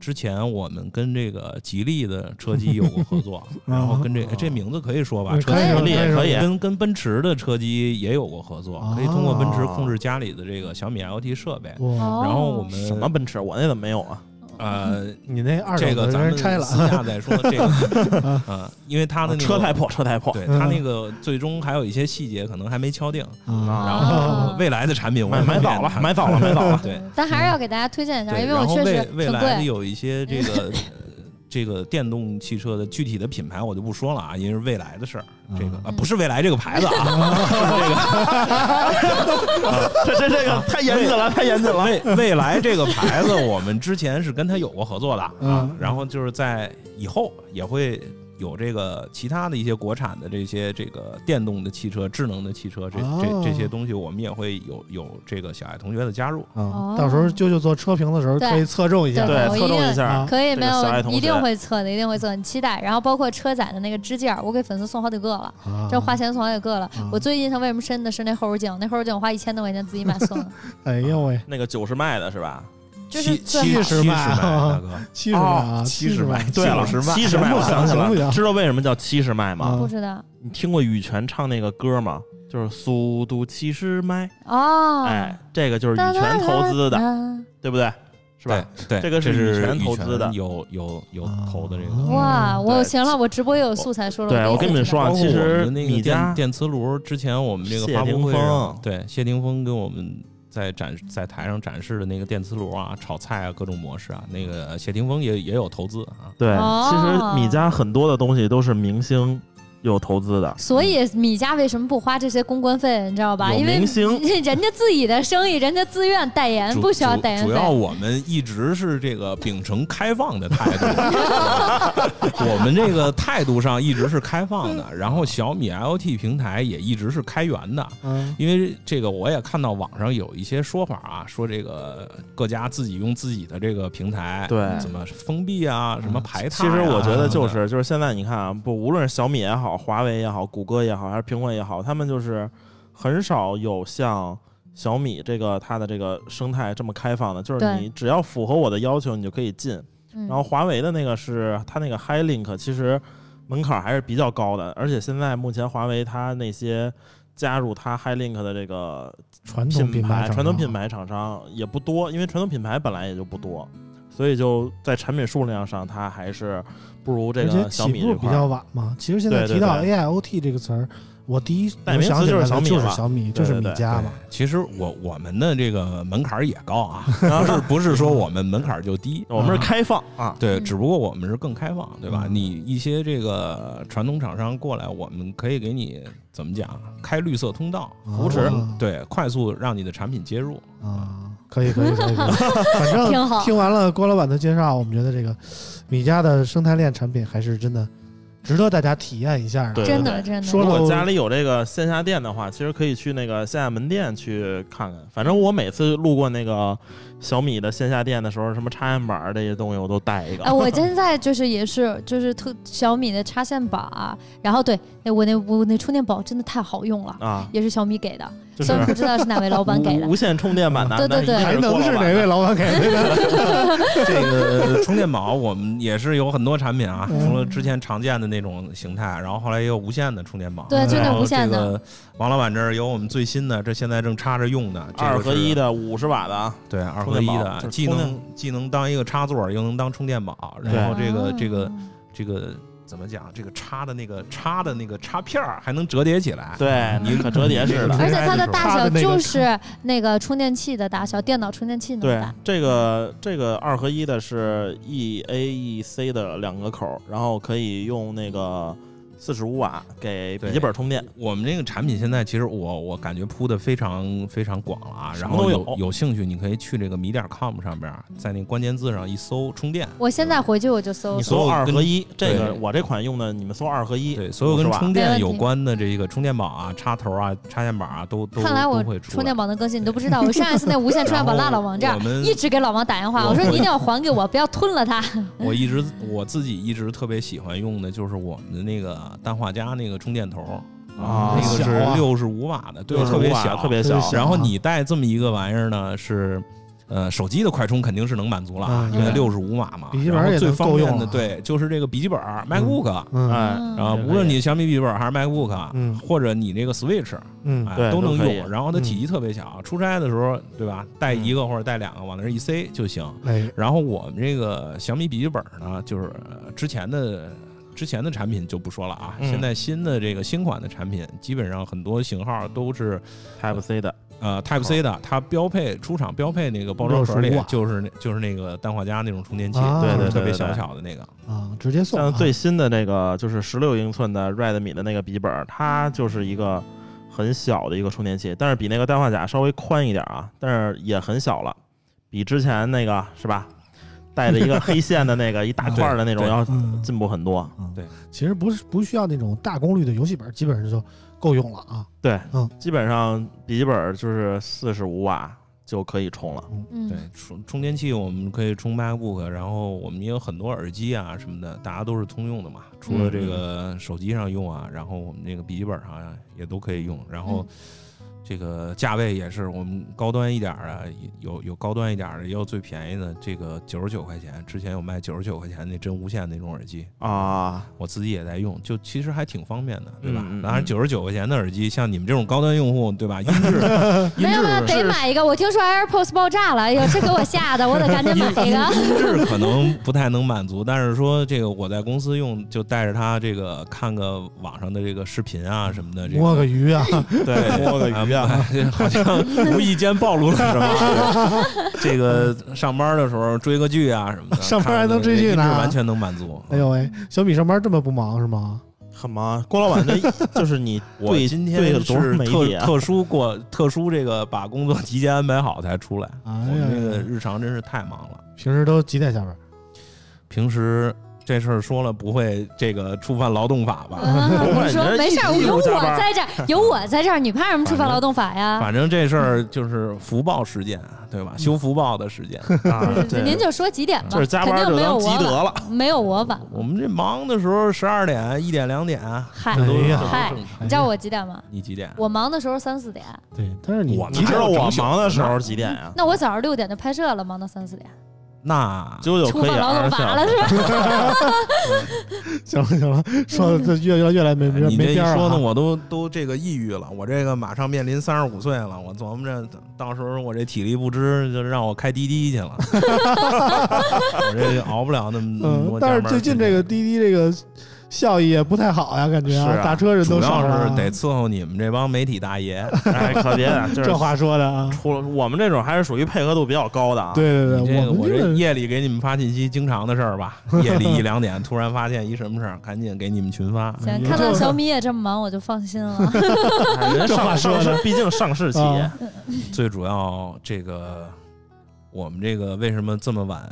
E: 之前我们跟这个吉利的车机有过合作，
C: 嗯
E: 然后跟
C: 哦
E: 这这名字可以说吧，
D: 嗯
E: 车
D: 可以
C: 能
D: 说
C: 力也可
D: 说
C: 以
E: 跟跟奔驰的车机也有过合作，可以通过奔驰控制家里的这个小米 LT 设备。
D: 哇，
B: 哦
E: 然后我们
C: 什么奔驰？我那怎么没有啊？
E: 呃，
D: 你那二手
E: 这个
D: 的
E: 咱
D: 让
E: 们
D: 人拆了，
E: 私下 再说这个，呃，因为它的那个
C: 车太破，车太破，
E: 对
D: 嗯
E: 它那个最终还有一些细节可能还没敲定，
D: 啊
E: 然
B: 啊
E: 后未来的产品我
C: 买
E: 们
C: 买
E: 后面
C: 早了，
E: 谈
C: 买早 了，买早了。
E: 对
B: 嗯但还是要给大家推荐一下，
E: 对，
B: 哎因为
E: 然
B: 我
E: 后
B: 确实
E: 未未
B: 挺
E: 来
B: 贵。
E: 有 一些这个呃这个电动汽车的具体的品牌我就不说了啊，因为是未来的事儿，这个啊
B: 嗯
E: 不是未来这个牌子啊，
C: 这这这个太 严谨了，太严谨了。
E: 未未来这个牌子我们之前是跟他有过合作的啊
D: 嗯，
E: 然后就是在以后也会。有这个其他的一些国产的这些这个电动的汽车、智能的汽车，这
D: 哦
E: 这这些东西，我们也会有有这个小爱同学的加入。
D: 啊，到时候舅舅做车评的时候
B: 哦对
D: 可以侧重一 下，
C: 对，侧重一下
D: 啊，
B: 可以，
C: 这个
B: 没有
C: 小爱
B: 问
C: 同
B: 题，一定
C: 学
B: 会测的，一定会测，很期待。然后包括车载的那个支架，我给粉丝送好几个了，
D: 啊
B: 这花钱送好几个了
D: 啊。
B: 我最印象为什么深的是那后视镜，那后视镜我花一千多块钱自己买送的，
D: 哎呦喂，
C: 那个九十迈的是吧？
B: 就是
E: 七
B: 最
E: 七
B: 好
D: 70
E: 十
D: 迈七十
E: 迈，大哥，
D: 迈啊，十
E: 哦70迈
D: 迈，
E: 对了
C: 七十
D: 行
C: 迈，
D: 不
C: 我
D: 行
C: 想起来
D: 行不
C: 了，
D: 行
C: 知道为什么叫七十迈吗？
B: 不
D: 啊
B: 知道
C: 你听过羽泉唱那个歌吗？就是速度七十迈，
B: 哦。
C: 哎，这个就是羽泉投资的，
B: 的，
C: 对不对？ 是吧？
E: 对，对
C: 这个是
E: 是
C: 羽泉
E: 羽
C: 投资的
E: 有有有投的这个。
D: 啊
B: 哇，我
C: 嗯对
B: 行了，我直播也有素材说了。
C: 对
B: 第一
C: 我
B: 次
C: 跟你们
B: 知
C: 说啊
B: 道
E: 包括
C: 其实
E: 我们那
C: 米
E: 个
C: 家
E: 电电磁炉，之前我们这个
C: 谢
E: 发布
C: 霆
E: 会上
C: 锋，
E: 对谢霆锋跟我们在展在台上展示的那个电磁炉啊，炒菜啊，各种模式啊，那个谢霆锋也也有投资啊。
C: 对，
B: 哦
C: 其实米家很多的东西都是明星有投资的，
B: 所以米家为什么不花这些公关费，你知道吧？
C: 有
B: 因为
C: 明星
B: 人家自己的生意，人家自愿代言，
E: 主
B: 不需要代言
E: 主主要
B: 费。
E: 我们一直是这个秉承开放的态 度，我们这个态度上一直是开放的。然后小米 LT 平台也一直是开源的，
D: 嗯
E: 因为这个我也看到网上有一些说法啊，说这个各家自己用自己的这个平台，
C: 对。嗯
E: 怎么封闭啊，什么排
C: 其
E: 他呀、
C: 实我觉得就
E: 什么
C: 是就是现在你看啊，不无论是小米也好，华为也好，谷歌也好，还是苹果也好，他们就是很少有像小米这个它的这个生态这么开放的，就是
B: 对
C: 你只要符合我的要求，你就可以进。
B: 嗯
C: 然后华为的那个是它那个 Hi Link，其实门槛还是比较高的，而且现在目前华为它那些加入它 Hi Link 的这个
D: 传统
C: 品
D: 牌，啊
C: 传统品，牌厂商也不多，因为传统品牌本来也就不多，所以就在产品数量上，它还是不如这
D: 而且
C: 个小
D: 起
C: 米
D: 步
C: 这
D: 比
C: 块
D: 较
C: 儿。
D: 晚嘛。其实现在
C: 对对
D: 提到
C: 对
D: AIoT 这个词儿，我第一
C: 代
D: 我
C: 名词
D: 想起
C: 就
D: 来
C: 是
D: 了
C: 小米
D: 就是
C: 嘛
D: 小米，就
C: 对
D: 是
C: 对
D: 米
C: 对
D: 家嘛。
E: 对其实我我们的这个门槛儿也高啊， 不是不是说我们门槛儿就低，
C: 我们是开放啊，
E: 对，
B: 嗯
E: 只不过我们是更开放，对吧？
D: 嗯
E: 你一些这个传统厂商过来，我们可以给你怎么讲，开绿色通道，
D: 扶持
E: 嗯对，快速让你的产品 接入。
D: 啊，可以可以 可以，可以反
B: 挺
D: 正
B: 好
D: 听完了郭老板的介绍，我们觉得这个米家的生态链产品还是真的值得大家体验一下的。
C: 对
B: 真的真的，
D: 说
C: 如
D: 了
C: 果家里有这个线下店的话，其实可以去那个线下门店去看看。反正我每次路过那个小米的线下店的时候，什么插线板儿这些东西我都带一个。
B: 哎，我现在就是也是就是特小米的啊插线板儿，然后对，那我那我那充电宝真的太好用了，
C: 啊，
B: 也是小米给的。
C: 就是
B: 虽然不知道是哪位老板给的 嗯
C: 无。无线充电版的，
B: 对对
C: 那一
B: 对
C: 看
D: 还
C: 是
D: 能
C: 郭
D: 哎是
C: 老
D: 哪
C: 板
D: 位
C: 的？
D: 老板给 的？
E: 这个充电宝我们也是有很多产品啊，
D: 嗯
E: 除了之前常见的那种形态，然后后来也有无线的充电宝。
B: 对
D: 就那
E: 然后
B: 无线的
E: 这个王老板这儿有我们最新的，这现在正插着用的，这个
C: 二合
E: 是
C: 一，的五十瓦的啊，
E: 对，二合
C: 充
E: 一
C: 电宝
E: 的
C: 就，是
E: 既
C: 充
E: 能既能当一个插座，又能当充电宝，
C: 对
E: 然后这个
B: 啊
E: 这个这个怎么讲？这个插的那个插的那个插片儿还能折叠起来。
C: 对，你可折 叠式的。
B: 而且它的
D: 是吧
B: 大
D: 它
B: 小
D: 的那个
B: 就是那个充电器的大小，电脑充电器那么
C: 对
B: 大。，
C: 这个这个二合一的是 E A E C 的两个口儿，然后可以用那个四十五瓦给笔记本充电。
B: 哦
E: 我们这个产品现在其实我我感觉铺的非常非常广了啊，
C: 什
E: 然
C: 么
E: 后
C: 都
E: 有
C: 有
E: 有兴趣你可以去这个米点儿 com 上边儿，在那关键字上一搜充电，
B: 我现在回去我就搜
C: 你，搜二合一，
E: 对
C: 这个我这款用的，你们搜二合一。
E: 对所有跟
C: 50瓦
E: 充
B: 没问
E: 电
B: 题
E: 有关的这个充电宝啊、插头啊、插线板啊，都都
B: 看来我
E: 都会出
B: 充电宝能更新，你都不知道。我上一次那无线充电宝落老王这
E: 然
B: 儿
E: 后我，们
B: 一直给老王打电话，我说你一定要还给我，不要吞了它。
E: 我一直我自己一直特别喜欢用的就是我们的那个氮化镓那个充电头儿，
C: 啊
E: 那个
D: 小
E: 是
D: 啊
E: 六十五瓦的，对，
C: 65
E: 特别
C: 瓦啊
E: 小，
C: 特别小
D: 特别。小
E: 然后你带这么一个玩意儿呢，是呃手机的快充肯定是能满足了，啊
D: 嗯，
E: 因为
C: 对
E: 六十五瓦嘛。
D: 笔记本儿
E: 然后
D: 也
E: 最
D: 能
E: 方
D: 够用
E: 便的，
D: 了
E: 对，就是这个笔记本儿 MacBook，
D: 嗯
C: 哎，
B: 嗯
E: 然后
C: 也
E: 无
C: 可
E: 论
C: 以
E: 你小米笔记本儿还是 MacBook，啊
D: 嗯
E: 或者你这个 Switch，
D: 嗯
E: 哎
C: 对
E: 都
C: 都
E: 能
C: 可以
E: 用。然后它体积特别小，出差的时候对吧，带
D: 嗯
E: 一个或者带两个往那儿一塞就行。
D: 哎，
E: 然后我们这个小米笔记本呢，就是呃之前的之前的产品就不说了啊，
C: 嗯
E: 现在新的这个新款的产品，基本上很多型号都是
C: Type C 的，
E: 呃 Type C 的，它标配出厂标配那个包装盒里
D: 65瓦
E: 就是那就是那个氮化镓那种充电器，
D: 啊对对
E: 特
C: 对对
E: 别小巧的那个，
D: 啊，直接送啊
C: 像最新的这个就是十六英寸的 Redmi 的那个笔记本，它就是一个很小的一个充电器，但是比那个氮化镓稍微宽一点啊，但是也很小了，比之前那个是吧，带着一个黑线的那个一大块儿的那种
E: 对
C: 要
D: 嗯，
C: 进步很多。
D: 其实不是不需要那种大功率的游戏本，基本上就够用了啊。
C: 对，
D: 嗯
C: 基本上笔记本就是四十五瓦就可以充了。
B: 嗯
E: 对，充充电器我们可以充 MacBook，然后我们也有很多耳机啊什么的，大家都是通用的嘛。除了这
C: 嗯
E: 个手机上用啊，然后我们这个笔记本上、啊、也都可以用。然后
C: 嗯
E: 这个价位也是我们高端一点儿的，有有高端一点儿的，也有最便宜的，这个九十九块钱。之前有卖九十九块钱那真无线那种耳机，
C: 啊，
E: 我自己也在用，就其实还挺方便的，对吧？
C: 嗯嗯嗯
E: 当然九十九块钱的耳机，像你们这种高端用户，对吧？音质音
B: 没有了，
E: 质
B: 得买一个。我听说 AirPods 爆炸了，哎呦，这给我吓的，我得赶紧 买一个。
E: 音质可能不太能满足，但是说这个我在公司用，就带着它这个看个网上的这个视频啊什么的，这
D: 摸个鱼啊，
E: 对
C: 摸个鱼啊，
E: 啊好像无意间暴露了什么。 这个上班的时候追个剧啊什么的，
D: 上班还能追剧呢
E: 看个音质完全能满足。
D: 哎呦喂，小米上班这么不忙是吗？
C: 很忙。郭老板这就是你
E: 我
C: 对
E: 今
C: 对
E: 天
C: 了多少
E: 是
C: 媒体
E: 特
C: 啊？
E: 特殊过特殊这个把工作提前安排好才出来，我
D: 哎
E: 们这个
D: 呀，
E: 日常真是太忙了。
D: 平时都几点下班？
E: 平时这事儿说了不会这个触犯劳动法吧？
B: 嗯我说没事儿，有我在这儿，有我在这儿，你怕什么触犯劳动法呀？
E: 反正这事儿就是福报事件，对吧？修福报的事件。
C: 啊对
B: 您就说几点吧，
C: 就是加
B: 肯
C: 班
B: 定
C: 就
B: 没
C: 当
B: 有
C: 积德
B: 我
C: 了。
B: 晚，没有我晚。
E: 我们这忙的时候，十二点、一点、两点，
B: 嗨
E: 这都
D: 哎呀
E: 这
B: 嗨
E: 都正常
B: 你知道我几点吗？
E: 你几点？
B: 我忙的时候三四点，
D: 对，但是你
E: 我
C: 你知道
E: 哪有
C: 我
E: 整宿
C: 忙的时候几点呀？
B: 那我早上六点就拍摄了，忙到三四点，
E: 那
C: 九九
B: 触
C: 可以
B: 犯劳
C: 二
B: 动
C: 十四
B: 法
C: 小
B: 了
C: 时。
B: 是吧？
D: 行了行了，说的这越来越来没没
E: 你这
D: 没
E: 一
D: 边儿啊
E: 说呢，
D: 了
E: 我都都这个抑郁了。我这个马上面临三十五岁了，我琢磨着到时候我这体力不支，就让我开滴滴 去了。我这熬不了那么那么
D: 嗯
E: 多，加
D: 但
E: 班儿
D: 是最
E: 时间。
D: 近这个滴滴这个效益也不太好呀，感觉
C: 是啊
D: 打车人
E: 主
D: 都少
E: 要
D: 了啊
E: 是得伺候你们这帮媒体大爷。
C: 哎，可别的，就是
D: 这话说的啊。
C: 除了我们这种还是属于配合度比较高的啊。，
D: 对对
E: 你
D: 对，
E: 这个
D: 呃我
E: 我
D: 们
E: 这
D: 个
E: 夜里给你们发信息，经常的事儿吧。夜里一两点突然发现一什么事儿，赶紧给你们群发。
C: 哎
B: 行，看到小米也这么忙，我就放心了。
C: 人
D: 这话
C: 上
D: 说
C: 上
D: 的
C: 市，毕竟上市企业
D: 啊，
E: 最主要这个，我们这个为什么这么晚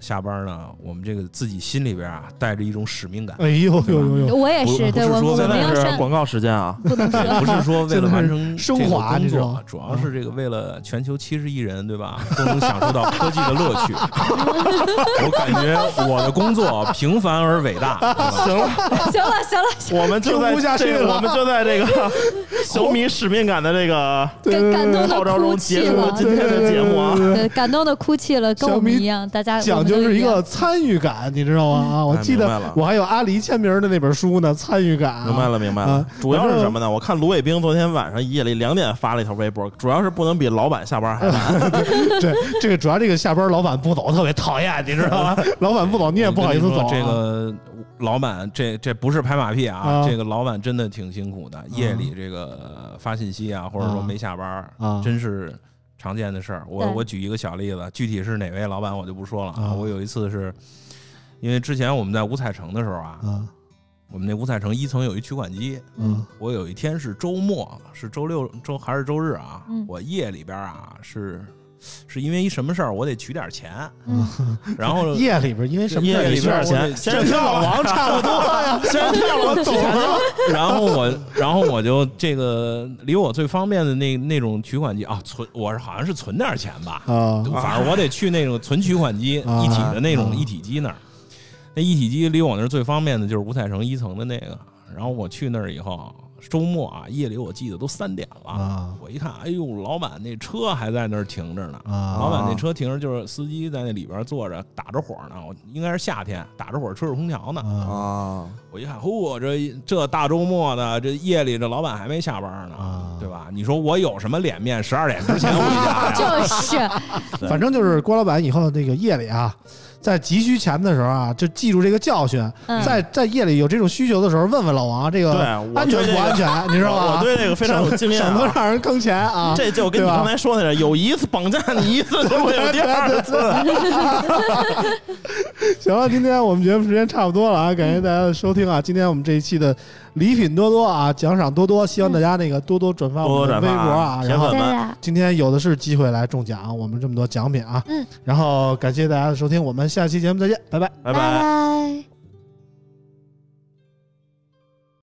E: 下班呢？我们这个自己心里边啊带着一种 使命感，
D: 哎呦呦呦呦，
B: 我也
E: 不
B: 是，
E: 不
B: 对
E: 是
B: 我
E: 说
B: 我
E: 现
C: 现
B: 们
C: 在
B: 要
C: 是
B: 删，
C: 广告时 间啊，
B: 不能说。
E: 不是说为了完成
D: 现在是升华
E: 这
D: 这
E: 个工作
D: 种，
E: 主要是这个为了全球七十亿人，对吧？都能享受到科技的乐 趣。我感觉我的工作平凡而伟大。
C: 行了，
B: 行了行了，
C: 我们就在
D: 听不下去
C: 这个
D: 了
C: 我们就在这 个小米使命感的这个
B: 感感动
C: 号
B: 的
C: 召
B: 哭
C: 中
B: 泣
C: 结束
B: 了，
C: 今天的节目啊。
B: 对，感动的哭泣了，跟
D: 小
B: 我们
D: 米
B: 一样，大家
D: 讲究是一个参与感，你知道吗？啊，我
C: 哎
D: 记
C: 明白
D: 得
C: 了
D: 我还有阿狸签名的那本书呢，《参与感》啊。
C: 明白了，明白了
D: 啊。
C: 主要是什么呢？我看卢伟冰昨天晚上夜里两点发了一条微博，主要是不能比老板下班还
D: 哎
C: 晚。
D: 对，这个主要这个下班老板不走特别讨厌，你知道 吗？老板不走你也不好意思走啊、
E: 我跟你说这个老板，这这不是拍马屁啊，
D: 啊
E: 这个老板真的挺辛苦的，夜里这个发信息啊，或者说没下班儿
D: 啊
E: 真是常见的事儿。我
B: 对
E: 我举一个小例子，具体是哪位老板我就不说了
D: 啊
E: 我有一次是因为之前我们在五彩城的时候啊，
D: 啊，
E: 我们那五彩城一层有一取款机，
D: 嗯
E: 我有一天是周末，是周六周还是周日啊？
B: 嗯
E: 我夜里边啊是是因为一什么事儿，我得取点钱，
B: 嗯
E: 然后
D: 夜里边因为什么事儿
C: 夜里
D: 你
C: 边
D: 说
C: 儿钱
D: 我
C: 先
D: 这跟
C: 跳
D: 老王差不多呀，
C: 先让我走了。
E: 然后我，然后我就这个离我最方便的那那种取款机啊，存我是好像是存点钱吧，
D: 啊
E: 反正我得去那种存取款机
D: 啊
E: 一体的那种
D: 啊
E: 一体机那儿。那一体机离我那儿最方便的就是五彩城一层的那个。然后我去那儿以后，周末啊夜里我记得都三点了，
D: 啊
E: 我一看，哎呦，老板那车还在那儿停着呢。
D: 啊
E: 老板那车停着，就是司机在那里边坐着打着火呢。我应该是夏天打着火吹着空调 呢。
D: 啊
A: 아.
C: 啊，
E: 我一看，嚯，这这大周末的，这夜里这老板还没下班呢，
D: 啊
E: 对吧？你说我有什么脸面十二点之前回家呀？
B: 就是
D: 反正就是郭老板以后那个夜里啊，在急需钱的时候啊，就记住这个教训，
B: 嗯
D: 在在夜里有这种需求的时候，问问老王这
C: 对，
D: 个
C: 我
D: 安全
C: 对
D: 不
C: 这个
D: 安全，你知道
C: 我
D: 吗？
C: 对这个非常有经验
D: 省得
C: 啊。
D: 让人坑钱啊。
C: 这就跟
D: 对
C: 你
D: 吧
C: 刚才说的那样，有一次绑架你 一次，就会有第二
D: 啊
C: 次。
D: 行了，今天我们节目时间差不多了啊，感谢大家的收听啊！今天我们这一期的礼品多多啊，奖赏多多，希望大家那个多多转发我
C: 多多
D: 们的
C: 转
D: 微
C: 发
D: 博
C: 啊
D: 啊。然后
C: 铁
B: 对
C: 粉们
B: 呀，
D: 今天有的是机会来中奖，我们这么多奖品啊。
B: 嗯。
D: 然后感谢大家的收听，我们下期节目再见，拜拜。
C: 拜
B: 拜。